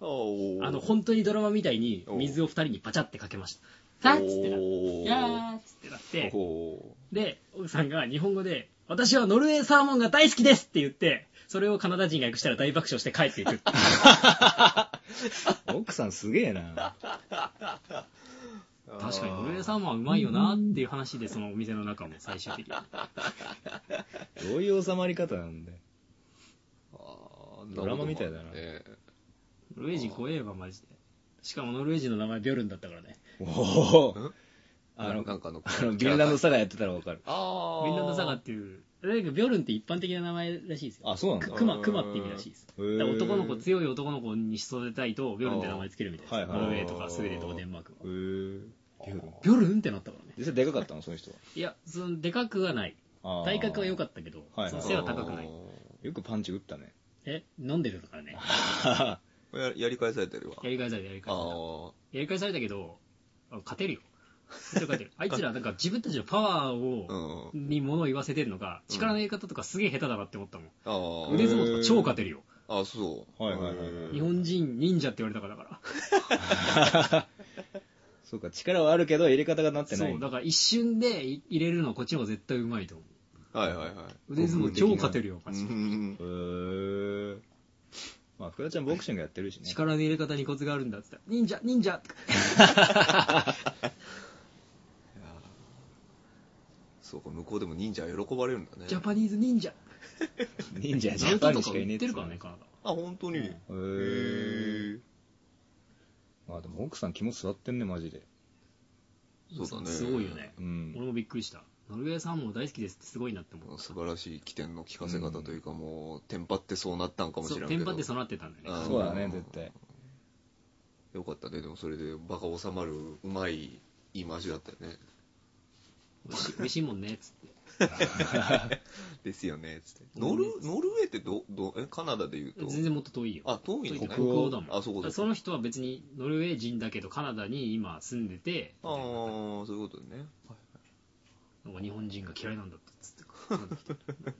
S2: お
S1: あの、本当にドラマみたいに、
S2: お
S1: 水を二人にパチャってかけました。さあっつってなって、
S2: おー
S1: いやーっつってなって、
S2: ほ
S1: で、奥さんが日本語で、私はノルウェーサーモンが大好きですって言って、それをカナダ人が訳したら大爆笑して帰っていく。
S3: 奥さんすげえ な。
S2: う
S1: 確かにノルウェー
S2: ん。
S1: サーモンはうまいよなっていう話で、そのお店の中も最終的に。
S3: どういう収まり方なんだよ。
S2: あー
S3: ドラマみたいだな
S2: るほどね
S1: ノルウェー人怖えわ、マジで。しかもノルウェー人の名前ビョルンだったからね。
S3: おお
S2: ん。
S3: あの、
S2: なんかの、
S3: あの、 ビルダンドサガやってたらわかる。
S2: ああ。
S1: フィンランドサガっていう、とにかくビョルンって一般的な名前らしいですよ。
S3: あ、そうなんだ
S1: く。熊、熊って意味らしいです。
S3: へー
S1: だから男の子、強い男の子にし育てたいと、ビョルンって名前つけるみたいです。
S3: はいはい
S1: ノルウェーとかスウェーデンとかデンマーク
S3: へ
S1: は。
S3: ー
S1: ビョルンってなったからね。
S3: 実際でかかったのその人
S1: いや、その、でかくはない。
S3: は。
S1: 体格は良か
S3: っ
S1: ったけど、
S3: はいはい
S1: その背は高くない。
S3: た。よくパンチ打ったね。
S1: え、飲んでるからね。
S2: あーややり返されてるわ。
S1: やり返された、やり返
S2: あ
S1: された。
S2: あ。
S1: やり返されたけど、あ勝てるよ。絶対勝てる。あいつら、なんか自分たちのパワー
S2: う
S1: を、
S2: ん。
S1: に物を言わせてるのが、
S2: うん
S1: 力の言い方とかすげえ下手だなって思ったもん。
S2: ああ。
S1: 腕相撲とか超勝てるよ。
S2: あ、そう。
S3: はいはいはいはい
S1: 日本人忍者って言われたからだから。
S3: そうか、力はあるけど入れ方がなって
S1: そ
S3: ない。
S1: う、だから一瞬でい入れるのはこっちの方が絶対うまいと思
S2: はいはいは
S1: う。腕相撲超勝てるよ、マ
S2: い。
S1: ジで
S2: うん
S3: へーまあ、福田ちゃんボクシングやってるしね。
S1: 力の入れ方にコツがあるんだって言ったら忍者、忍者
S2: そうか、向こうでも忍者は喜ばれるんだね。
S1: ジャパニーズ忍者
S3: 忍 者やジ
S1: ナ
S3: ャ
S1: ル
S3: パン
S1: トと
S3: にし
S1: か
S3: かいねえ
S1: 売っ
S3: つ
S1: て
S3: う
S1: る
S3: の
S1: からね、カナダ。
S2: あ、本当に。へ
S3: へー
S2: え。
S3: まあでも奥さん肝座ってんね、マジで。
S2: そうだね
S1: すごいよね
S3: う。
S1: 俺
S3: ん。
S1: もびっくりした。ノルウェーサーモン大好きですってすごいなって思った。
S2: 素晴らしい起点の聞かせ方というか、もう、テンパってそうなったんかもしれ
S1: そう、
S2: ない
S1: テ
S2: け
S1: ン
S2: ど。
S1: パってそうなってたんだよ
S2: あ
S1: ね。
S2: ー
S3: そうだね、絶対。
S2: よかったね。でもそれで、バカ収まる、うまい、いいマジだったよね。
S1: 美味しい美味しいもんね、つって。
S2: ですよね、つって。ノル、ノルウェーってど、ど、え、カナダで言うと。
S1: 全然もっと遠いよ。
S2: あ、遠いのね。
S1: 北欧だもん。
S2: あ、そ
S1: だ
S2: う
S1: か
S2: からそ
S1: そうの
S2: か。
S1: 人は別にノルウェー人だけどカナダに今住んでて、
S2: ああー、そういうことね。
S1: なんか日本人が嫌いなんだってつってカナダ来て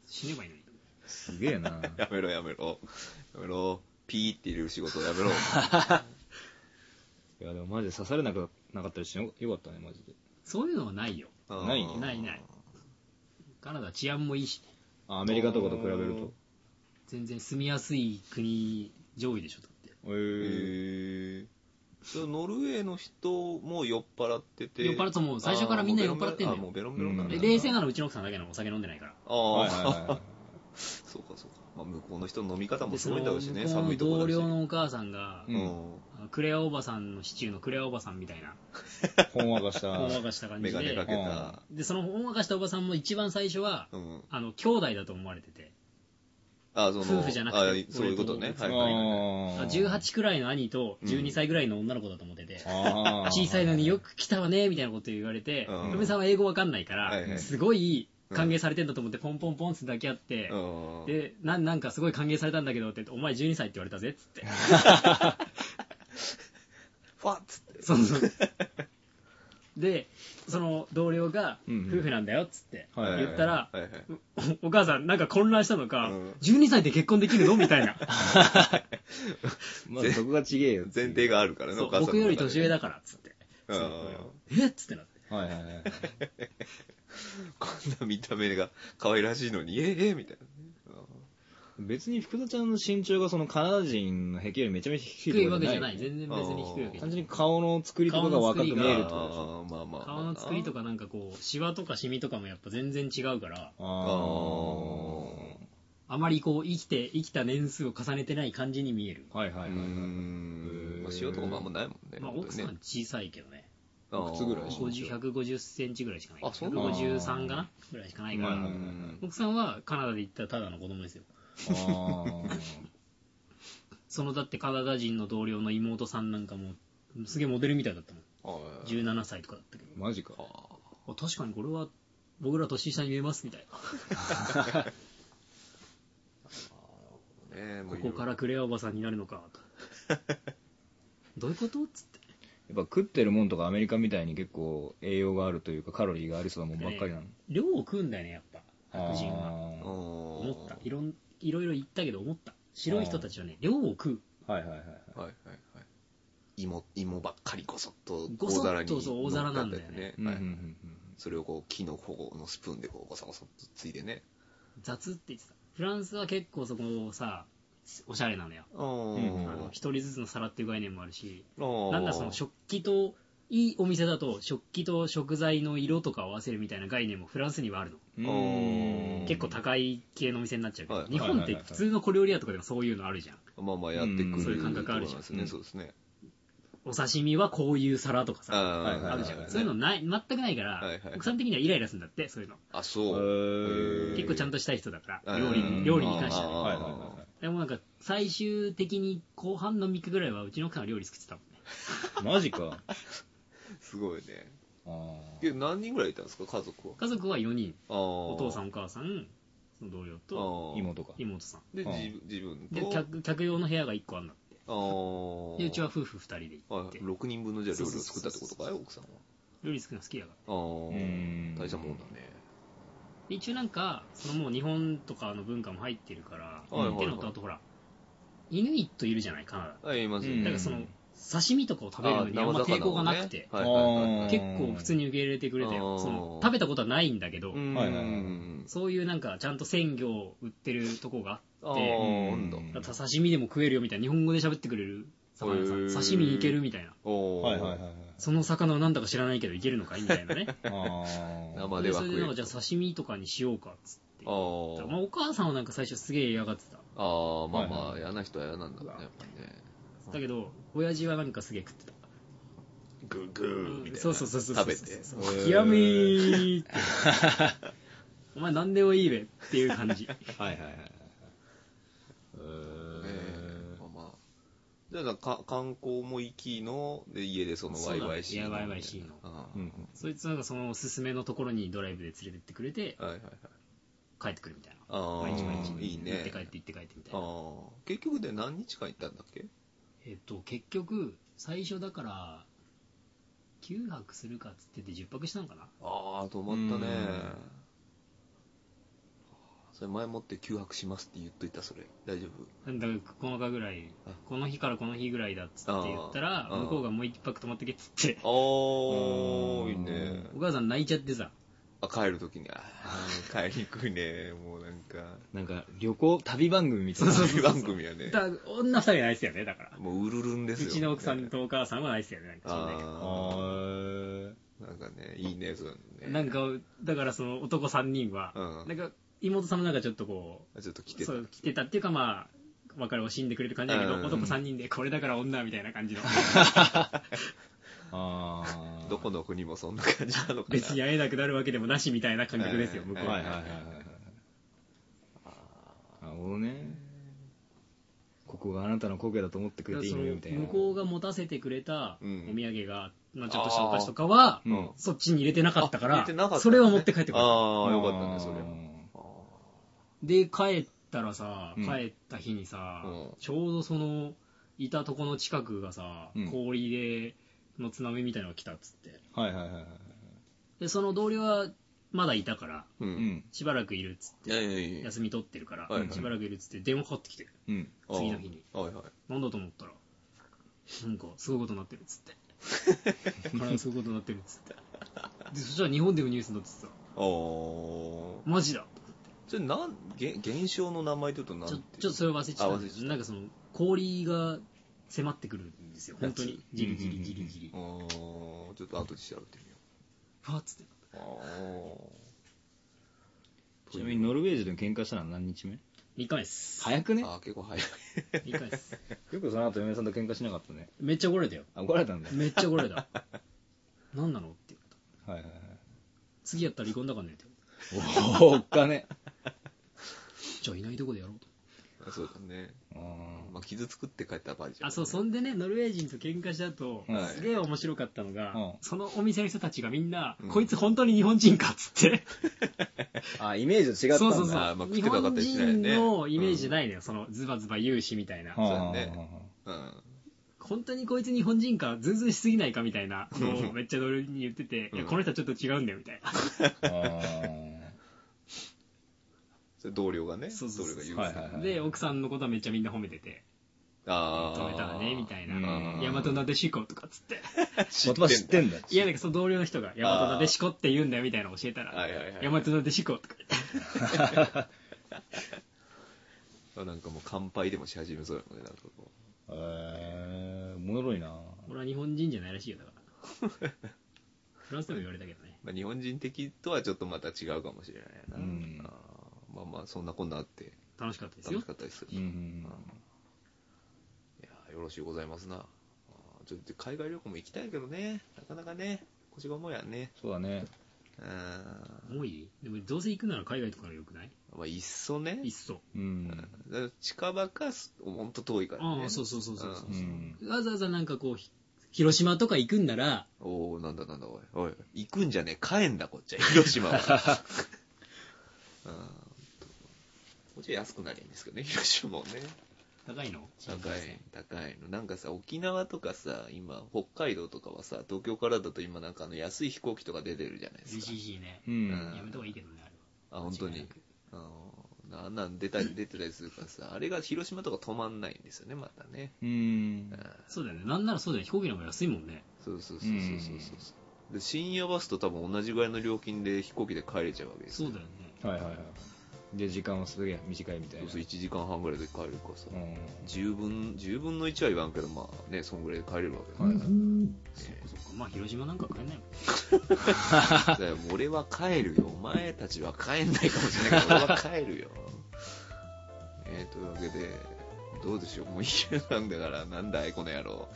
S1: 死ねばいいのに。
S3: すげえ な。
S2: やめろ、やめろ。やめろ。ピーって入れる仕事や めろ。
S3: いや、でもマジで刺されなくなかったりしてよよかったね、マジで。
S1: そういうのはないよ。
S2: あー
S3: ないね
S1: ないない。カナダ治安もいいし、
S3: あアメリカとかと比べると。
S1: 全然住みやすい国上位でしょ、だって。
S3: へ
S2: へ
S3: ー
S2: ーそれノルウェーの人も酔っ払ってて。
S1: 酔っ払ってもう最初からみんな酔っ払ってんのよ
S2: あーもうベロンベロンあもうベロンベロンなんだ
S1: で冷静なのうちの奥さんだけなのお酒飲んでないから。
S2: あ
S3: はい
S2: あ、
S3: はいは
S2: そうかそうか。まあ、向こうの人の飲み方も
S1: ですそ
S2: ご
S1: の
S2: いだろうしね、
S1: 向こう
S2: 寒いとこ
S1: の
S2: ろ
S1: 同
S2: だし。
S1: 僚のお母さんが
S3: う、
S2: うん。
S1: あのクレアおばさんのシチューのクレアおばさんみたいな、
S3: い。ほんわかした。
S1: ほんわかした感
S2: メ
S1: じ
S2: ガネか
S1: で、
S2: けた。
S1: で、そのほんわかしたおばさんも一番最初は、
S2: うん。
S1: あの、兄弟だと思われてて、
S2: あーその、
S1: 夫婦じゃなくて
S2: あーそういうことね
S1: 俺。と
S2: は
S3: あ
S2: いはいはい。
S3: ー
S1: 18くらいの兄と
S2: うん
S1: 12歳くらいの女の子だと思ってて、
S3: あー
S1: 小さいのによく来たわね、みたいなこと言われて、
S2: うん
S1: 嫁さんは英語わかんないか
S2: はいは
S1: ら、
S2: い
S1: すごい歓迎されてんだと思って、ポンポンポンって抱き合って、
S2: うん
S1: でな、なんかすごい歓迎されたんだけどって、お前12歳って言われたぜっつって。
S2: ファッつっ て。
S1: そうそう。で、その同僚が、
S3: うんうん
S1: 夫婦なんだよっつって
S3: はい
S1: 言ったら
S2: は、いはい。
S1: おお母さんなんか混乱したのか、
S2: うん
S1: 12歳で結婚できるのみたい な。
S3: まずそこがちげえよ。
S2: 前提があるからね、
S1: そ
S2: お
S1: う
S2: 母さんの中
S1: 僕
S2: で
S1: より年上だからっつって。
S2: うん
S1: えっつってなって。
S3: はいはいはい。
S2: こんな見た目が可愛らしいのに、えーえーみたいなね。
S3: 別に福田ちゃんの身長がそのカナダ人の壁よりめちゃめちゃ低い
S1: 低い
S3: とか
S1: わけ
S3: じ
S1: じ
S3: ゃ
S1: ゃ
S3: な
S1: ない。
S3: い。
S1: 全然別に低いわけじ
S3: 単
S1: ゃな
S3: 純
S1: い。
S3: に顔の作りとかが若く見えるってことでしょ。
S2: あーまあまあまあ。
S1: 顔の作りとかなんかこう、シワとかシミとかもやっぱ全然違うから、
S3: あ
S1: あまりこう生きて、生きた年数を重ねてない感じに見える。
S3: あ。はいは
S2: う
S3: い
S2: ー
S3: はいはい。
S2: ん。まあ、塩とかもあんまないもんね。
S1: まあ
S2: 本
S1: 奥
S2: 当
S1: さ
S2: に
S1: ん小さいけどね。
S2: ね、
S3: 靴ぐらい
S2: あー
S1: 50 150センチぐらいしかない。
S2: あそんな
S1: 153かなぐらいしかないから。
S3: はいはいはい
S1: 奥さんはカナダで行ったただの子供ですよ
S3: あ
S1: そのだってカナダ人の同僚の妹さんなんかもすげえモデルみたいだったもん
S2: あー
S1: 17歳とかだったけど
S3: ーマジか。
S1: あ確かにこれは僕ら年下に見えますみたいな
S2: ねえも う
S1: ここからクレアおばさんになるのかとどういうことっつって
S3: やっぱ食ってるもんとかアメリカみたいに結構栄養があるというかカロリーがありそうなもんばっかりなの、
S1: 量を食うんだよねやっぱ白人は
S3: は
S2: あ
S1: 思
S2: 思
S1: ったいろんいろいろ言ったけど思った白い人たちはね量を食う
S3: はいはいはいはい
S2: はいはいはい芋芋ばっかりごそっと
S1: ごそっとそう大皿なんだよね
S2: 乗っか
S3: うんうん
S2: ってねはい
S3: うん
S2: それをこう木の方のスプーンでこうごそごそっとついでね
S1: 雑って言ってたフランスは結構そこさおしゃれなのよ
S2: あー
S3: うん
S1: あの一人ずつの皿っていう概念もあるし
S2: あー
S1: なんだその食器といいお店だと食器と食材の色とかを合わせるみたいな概念もフランスにはあるの
S3: うん
S2: あー
S1: 結構高い系のお店になっちゃうけど、
S2: はい
S1: 日本って普通の小料理屋とかでもそういうのあるじゃん、
S2: まあまあやって
S3: う
S2: く
S3: ん
S2: る
S3: そういう
S1: 感覚あるじゃん
S2: ところな
S3: う
S2: んですねそ
S3: ん
S2: うですね
S1: お刺身はこういう皿とかさ、
S2: あー
S3: はい
S1: あるじゃん、そういうのない全くないから、
S2: はいはい
S1: 奥さん的にはイライラするんだってそういうの
S2: あそう
S3: へー
S1: 結構ちゃんとしたい人だから、
S2: うん
S1: 料理
S3: うん
S1: に料理に関してはね
S2: あー
S3: はいはいはいは
S1: でもなんか最終的に後半の3日ぐらいはうちの奥さんが料理作ってたもんね
S3: いマジか
S2: すごいね
S3: あ
S2: いや何人ぐらいいたんですか家族は
S1: 家族は4人
S2: お
S1: お父さんお母さんその同僚と
S2: と
S3: 芋とか
S1: 妹さん
S2: で
S3: うん
S2: 自自分
S1: で
S2: と
S1: 客客用の部屋が1個あんだって
S2: あー
S1: でうちは夫婦2人で行っ
S2: はい
S1: て
S2: 6人分のじゃあ料理を作ったってこと
S1: そうそうそう
S2: かい奥さんは
S1: 料理作るの好きやから
S2: あ
S3: ん
S2: ー大したもんだね
S1: で一応なんかそのもう日本とかの文化も入ってるから
S2: はいはいはい
S1: ってのとあとほらイヌイットいるじゃないカナダ
S2: はいいます
S3: う
S1: だ
S3: ん
S1: からその刺身とかを食べるのにあんま
S2: 生魚をね
S1: 抵抗がなくて
S2: はいはいはいはい
S3: あー
S1: 結構普通に受け入れてくれた
S2: あ
S1: よ
S2: ー
S1: その食べたことはないんだけど
S2: うん
S3: はいはいはい
S1: そういうなんかちゃんと鮮魚を売ってるとこがあ
S2: あ
S1: って
S2: ー
S3: う
S2: なん
S3: ん
S2: だ
S1: だから刺身でも食えるよみたいな日本語で喋ってくれる魚屋さ
S2: へ
S1: ん
S2: ー
S1: 刺身いけるみたいな
S2: おー
S3: はいはいはいはい
S1: その魚はなんだか知らないけどいけるのかいみたいな ね
S3: あ
S2: 生では
S1: それ
S2: 食え
S1: で
S2: る
S1: なんかじゃあ刺身とかにしようかっつって
S2: あー
S1: まあ、お母さんはなんか最初すげえ嫌がってた
S2: あーまあま
S3: は
S2: あ
S3: い
S2: 嫌な人は嫌なんだろうねやっぱりね
S1: だけど親父はなんかすげえ食ってた
S2: グーグーみたいな
S1: そうそうそうそう
S2: 食べて
S1: そうう極めーって お前何でもいいべっていう感 じ
S3: あはいはいはいはい
S2: ねえまあまあじゃあなんか観光も行きので家でその
S1: そうだね
S2: YYC の
S1: いや YYC の
S2: あ
S3: う
S2: ー
S3: ん
S1: そいつなんかそのおすすめのところにドライブで連れてってくれて
S2: はいはいはい
S1: 帰ってくるみたいな
S2: ああ
S1: 毎日毎日
S2: いいね
S1: 行って帰って行って帰ってみたい
S2: あ
S1: な
S2: ー結局で何日間行ったんだっけ
S1: えっと結局最初だから9泊するかっつってて10泊したのかな
S2: ああ止まったね
S3: うん
S2: それ前もって休泊しますって言っといたそれ大丈
S1: なんだから9日ぐらい
S2: あ
S1: この日からこの日ぐらいだっつって言ったら
S2: あー
S1: 向こうがもう1泊泊まってけっつって
S2: 夫
S3: う
S2: ああ
S3: ん
S2: いいね
S1: お母さん泣いちゃってさ
S2: あ帰るときにあー帰りにくいねもうなん か
S3: なんか旅行旅番組みたいな
S2: テレビ番組やね
S1: だ女2人泣いてたよねだから
S2: もううるるんです
S1: う
S2: よ
S1: ちの奥さんとお母さんはないっすよね、なんか知んないけど
S3: あ
S2: ああなんかねいいねそういうの
S1: な
S2: ね
S1: んか、だからその男3人は、
S2: うん
S1: なんか妹さんもなんかちょっとこ
S2: あちょっと来
S1: う、
S2: てた
S1: そう、来てたっていうかまあ、別れを惜しんでくれる感じだけど、
S2: うん
S1: 男3人でこれだから女みたいな感 じの、
S3: ーあー
S2: どこの国もそんな感じなのかな
S1: 別に会えなくなるわけでもなしみたいな感覚ですよ、
S2: うん
S1: 向こう
S3: は
S1: はい
S3: はいはいはいはいなるほどねここがあなたの故郷だと思ってく
S1: だ
S3: れ
S1: か
S3: てい
S1: ら
S3: いの
S1: そ
S3: よ
S1: の
S3: みたいな
S1: 向こうが持たせてくれたお
S2: う
S1: 土
S2: ん
S1: 産が、まあちょっとしたお菓子とかは、
S3: うん
S1: そっちに入れてなかったか
S2: あ入
S1: ら
S2: れてなかったね
S1: それは持って帰ってくる
S2: ああよかったねそれ
S1: で帰ったらさ
S3: うん
S1: 帰った日にさ、
S2: うん
S1: ちょうどそのいたとこの近くがさ、
S3: うん
S1: 氷での津波みたいなのが来たっつって
S3: はいはいはいはい
S1: でその同僚はまだいたから
S2: う
S3: うんん
S1: しばらくいるっつっ
S2: いやいやい
S1: て
S2: や
S1: 休み取ってるから、
S2: はいはい
S1: しばらくいるっつって電話かかってきて
S3: うん
S1: 次の日に
S2: あーはいはい
S1: なんだと思ったらなんかすごいことになってるっつ って 体すごいことになってるっつってでそしたら日本でもニュースになっててさ
S2: ああ
S1: マジだ
S2: それなんげ現象の名前って言うと何
S1: ちょ
S2: て
S1: ちょっとそれを忘れちゃった
S2: あ
S1: ん
S2: 忘
S1: で
S2: れ
S1: すけ
S2: ちゃ
S1: ど
S2: っ
S1: な
S2: た
S1: んかその氷が迫ってくるん ですよ本当に
S2: 夏
S1: じりじりじりじり
S2: あーちょっと後で調べてみよ
S1: ふわっつっ て
S2: うあ
S3: ちなみにノルウェー人と喧嘩したのは何日目
S1: 3日目です
S3: 早くね
S2: ーあー結構早い
S1: 3日目です
S3: よくその後嫁さんと喧嘩しなかったね
S1: めっちゃ怒られたよ
S3: あ怒られたんだ
S1: めっちゃ怒られた 何なのって言われた
S3: はいはいはい
S1: 次やったら離婚だからねって言わ
S3: おおおっかね
S1: れたじゃあいないとこでやろうと
S2: そうだね、
S3: うん
S2: まあ、傷作って帰った場合じゃん
S1: あそうそんでねノルウェー人と喧嘩した後、
S3: はい
S1: すげえ面白かったのが、
S3: うん
S1: そのお店の人たちがみんな、
S2: うん
S1: こいつ本当に日本人かっつって
S3: あイメージと違ったん
S1: そう
S3: だ
S1: そうそう、
S2: あーまあ食っ
S1: 日
S2: てなかっ
S1: 本
S2: たりしないよ
S1: 人
S2: ね
S1: のイメージじゃないのよ、そのズバズバ言うしみたいな、
S3: うん
S2: そうだねうん
S1: 本当にこいつ日本人かズンズンしすぎないかみたい なのをめっちゃ同僚に言ってて、いやこの人はちょっと違うんだよみたいな
S2: それ同僚がね、
S1: そうそうそう
S2: れが言うんですよ
S3: はいはいはい
S1: で奥さんのことはめっちゃみんな褒めてて
S2: ああ。
S1: 止めたらねみたいな
S3: うん
S1: 大和なでしこ」とかっつって
S3: 言葉知ってんだ。
S1: いやなんかその同僚の人が「大和なでしこ」って言うんだよみたいなの教えたら
S2: はいはいはい
S1: 大和なでしこ」とか言って
S2: あなんかもう乾杯でもし始めそうやもんね、なんかこ
S3: えー、おもろいな。
S1: 俺は日本人じゃないらしいよだからフランスでも言われたけどね
S2: う。まあ、日本人的とはちょっとまた違うかもしれないな。
S3: うん
S2: あーまあまあ、そんなこんなあって、
S1: 楽しかったです
S2: 楽
S1: よ
S2: しかったですよ。
S3: うんうんうん
S2: いやーよろしゅうございますな。あーちょっと海外旅行も行きたいけどね、なかなかね、腰が重いやんね。
S3: そうだね。
S2: うん。
S1: もういいでもどうせ行くなら海外とかの方がよくない
S2: まあ、いっそね
S1: いっ。そ
S3: うん。
S2: だから近場か、ほんと遠いから
S1: あ
S2: ね。
S1: あそうそうそうそうそう
S3: う
S2: うん
S3: ん。
S1: わざわざなんかこうひ広島とか行くんなら
S2: おおなんだなんだおい。おい、行くんじゃねえ、帰んだ、こっちは。広島は。うんこっちは安くなりゃいいんですけどね、広島もね。
S1: 高いの
S2: 高い、高いの。なんかさ、沖縄とかさ、今、北海道とかはさ、東京からだと今なんかあの安い飛行機とか出てるじゃないですか。
S1: LCC ね
S3: う
S2: うん
S3: ん。
S1: やめた方がいいけどねあれ
S2: あ、本当
S1: 間違い
S2: に
S1: なく。
S2: うんあんなん出た り出てたりするからさ、あれが広島とか止まんないんですよね、またね。
S3: うん
S2: うん。
S1: はそうだよねなんならそうだよ飛行機の方が安いもんね
S2: そうそうそうそうそうそう。で、深夜バスと多分同じぐらいの料金で飛行機で帰れちゃうわけですよ
S1: そうだよね
S3: はいはいはい。で、時間はすげえ短いみたい
S2: そう
S3: な。
S2: そう1時間半ぐらいで帰るからさ、
S3: うん。
S2: 10分10分の1は言わんけどまあねそんぐらいで帰れるわけだ
S3: はいは
S2: か
S3: い
S1: そっかそっかまあ広島なんか帰んないもん
S2: らだから俺は帰るよお前たちは帰んないかもしれないけ ど俺は帰るよえー、というわけでどうでしょうもう家なんだからなんだいこの野郎、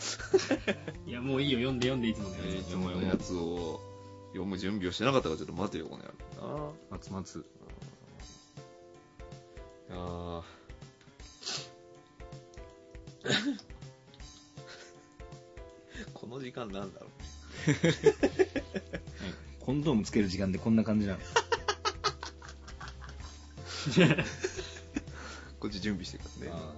S1: いやもういいよ読んで読んでいつもの
S2: え
S1: やつ
S2: ー、読むやつを読む準備をしてなかったからちょっと待てよこの野郎
S3: 松松。
S2: なあー この時間なんだろう
S3: コンドームつける時間でこんな感じなの。
S2: こっち準備してからね
S3: あ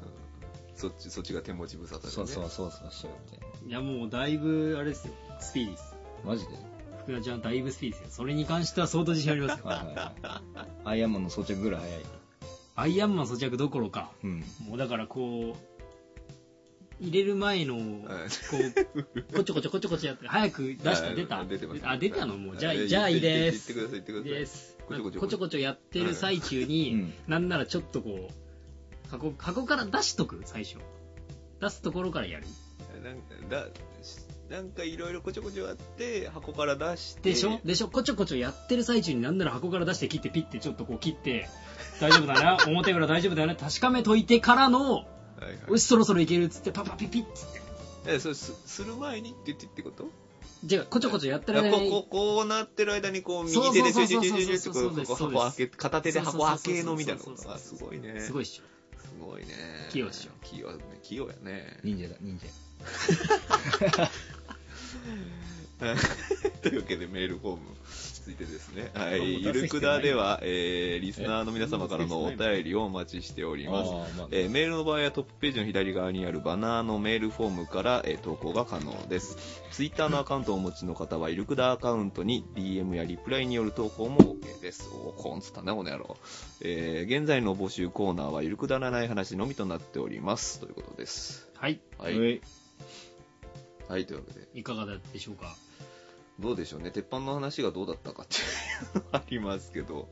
S2: そっちそっちが手持ち無沙汰で、ね、
S3: そうそうそうそうしようって。
S1: いやもうだいぶあれですよスピーディーです
S3: マジで
S1: 福田ちゃんだいぶスピーディーですよそれに関しては相当自信ありますよ
S3: はいはい はい。アイアンマンの装着ぐらい早い。
S1: アイアンマン装着どころか
S3: うん。
S1: もうだからこう入れる前のこうこちょこちょこちょこちょやって早く出した出た
S2: あ出てます
S1: あ出たのもうじゃあ
S2: はい
S1: じゃあいいです
S2: 言って言ってください言ってください
S1: です
S2: こちょこちょ
S1: こちょこちょやってる最中に、
S3: うん
S1: なんならちょっとこう箱箱から出しとく最初出すところからやる
S2: なんかだなんかいろいろこちょこちょあって箱から出して
S1: でしょでしょこちょこちょやってる最中になんなら箱から出して切ってピッてちょっとこう切って大丈夫だな表裏大丈夫だよね確かめといてからの
S2: はいはい
S1: よしそろそろいけるっつってパパピピッつって
S2: えそれすする前にって言ってってこと
S1: じゃあこちょこちょやってる
S2: だか
S1: 間
S2: らこう
S1: に
S2: こうこうなってる間にこう右手で
S1: そ
S2: ちょ
S1: う
S2: いち
S1: そ
S2: ょ
S1: う
S2: いちょ
S1: そうそ
S2: い
S1: うそううそうそう
S2: ちょいってここう箱開け片手で箱開けのみたいなこ
S1: そう
S2: と
S1: そうそう
S2: がすごいね
S1: すごいっしょ
S2: すごいね
S1: 器用っしょ
S2: 器用ね器用やね
S3: 忍者だ、忍者。
S2: というわけでメールフォーム続いてですね、は
S1: あもう
S2: い、ゆ
S1: 出
S2: る
S1: す人
S2: く
S1: いない
S2: だでは、えーリスナーの皆様からのお便りをお待ちしております
S3: あーまあ、
S2: えーメールの場合はトップページの左側にあるバナーのメールフォームから、えー投稿が可能ですツイッターのアカウントをお持ちの方はゆるくだアカウントに DM やリプライによる投稿も OK ですおーこんつったなこの野郎、えー現在の募集コーナーはゆるくだらない話のみとなっておりますということです
S1: はい
S2: はい、
S3: うい
S2: はい、というわけで
S1: いかがだったでしょうか
S2: どうでしょうね、鉄板の話がどうだったかっていうの がありますけど、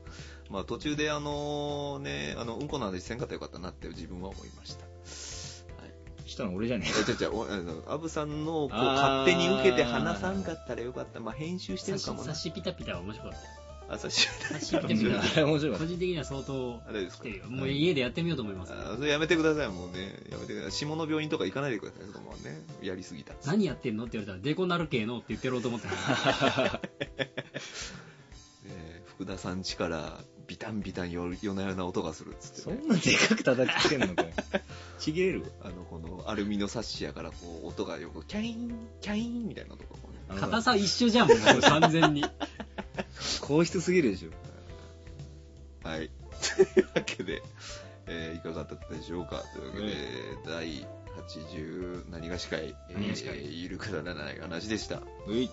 S2: まあ途中であのね、あの、うんこの話せんかったらよかったなって自分は思いました。はい。
S3: したの俺じゃね
S2: え、ちゃちゃ、おあのアブさんのこう
S3: あー
S2: 勝手に受けて話さんかったらよかった。まあ編集して
S1: サ
S2: るかもな。
S1: シピタピタは面白かったよ
S2: あ、差し
S1: 差しピ タ
S3: え
S1: ピ
S3: よ。あれ面白
S1: タ
S3: かっ
S1: 個人的には相当
S2: あれです
S1: 来
S2: か
S1: てるよもう家でやってみようと思います
S2: あそれやめてください、もうね。やめてください。下の病院とか行かないでください、そこもね。やりすぎた。
S1: 何やってんのって言われたらデコなる系のって言ってやろうと思って
S2: えー福田さん家からビタンビタン夜夜な夜な音がするっつ
S3: た。
S2: っ
S3: そ
S2: てね、
S3: んなでかく叩きつけんの かよ。ちぎれる
S2: あの、このアルミのサッシやから、こう、音がよく、キャイン、キャインみたいなとこもね。
S3: あの
S1: 硬さ一緒じゃんもう完全に
S3: 皇室すぎるでしょ。
S2: はい。というわけで、えーいかがだったでしょうかというわけで、第80何がしかい、え
S3: 何がしかい
S2: ー、ゆるくだらない話でした。
S3: うい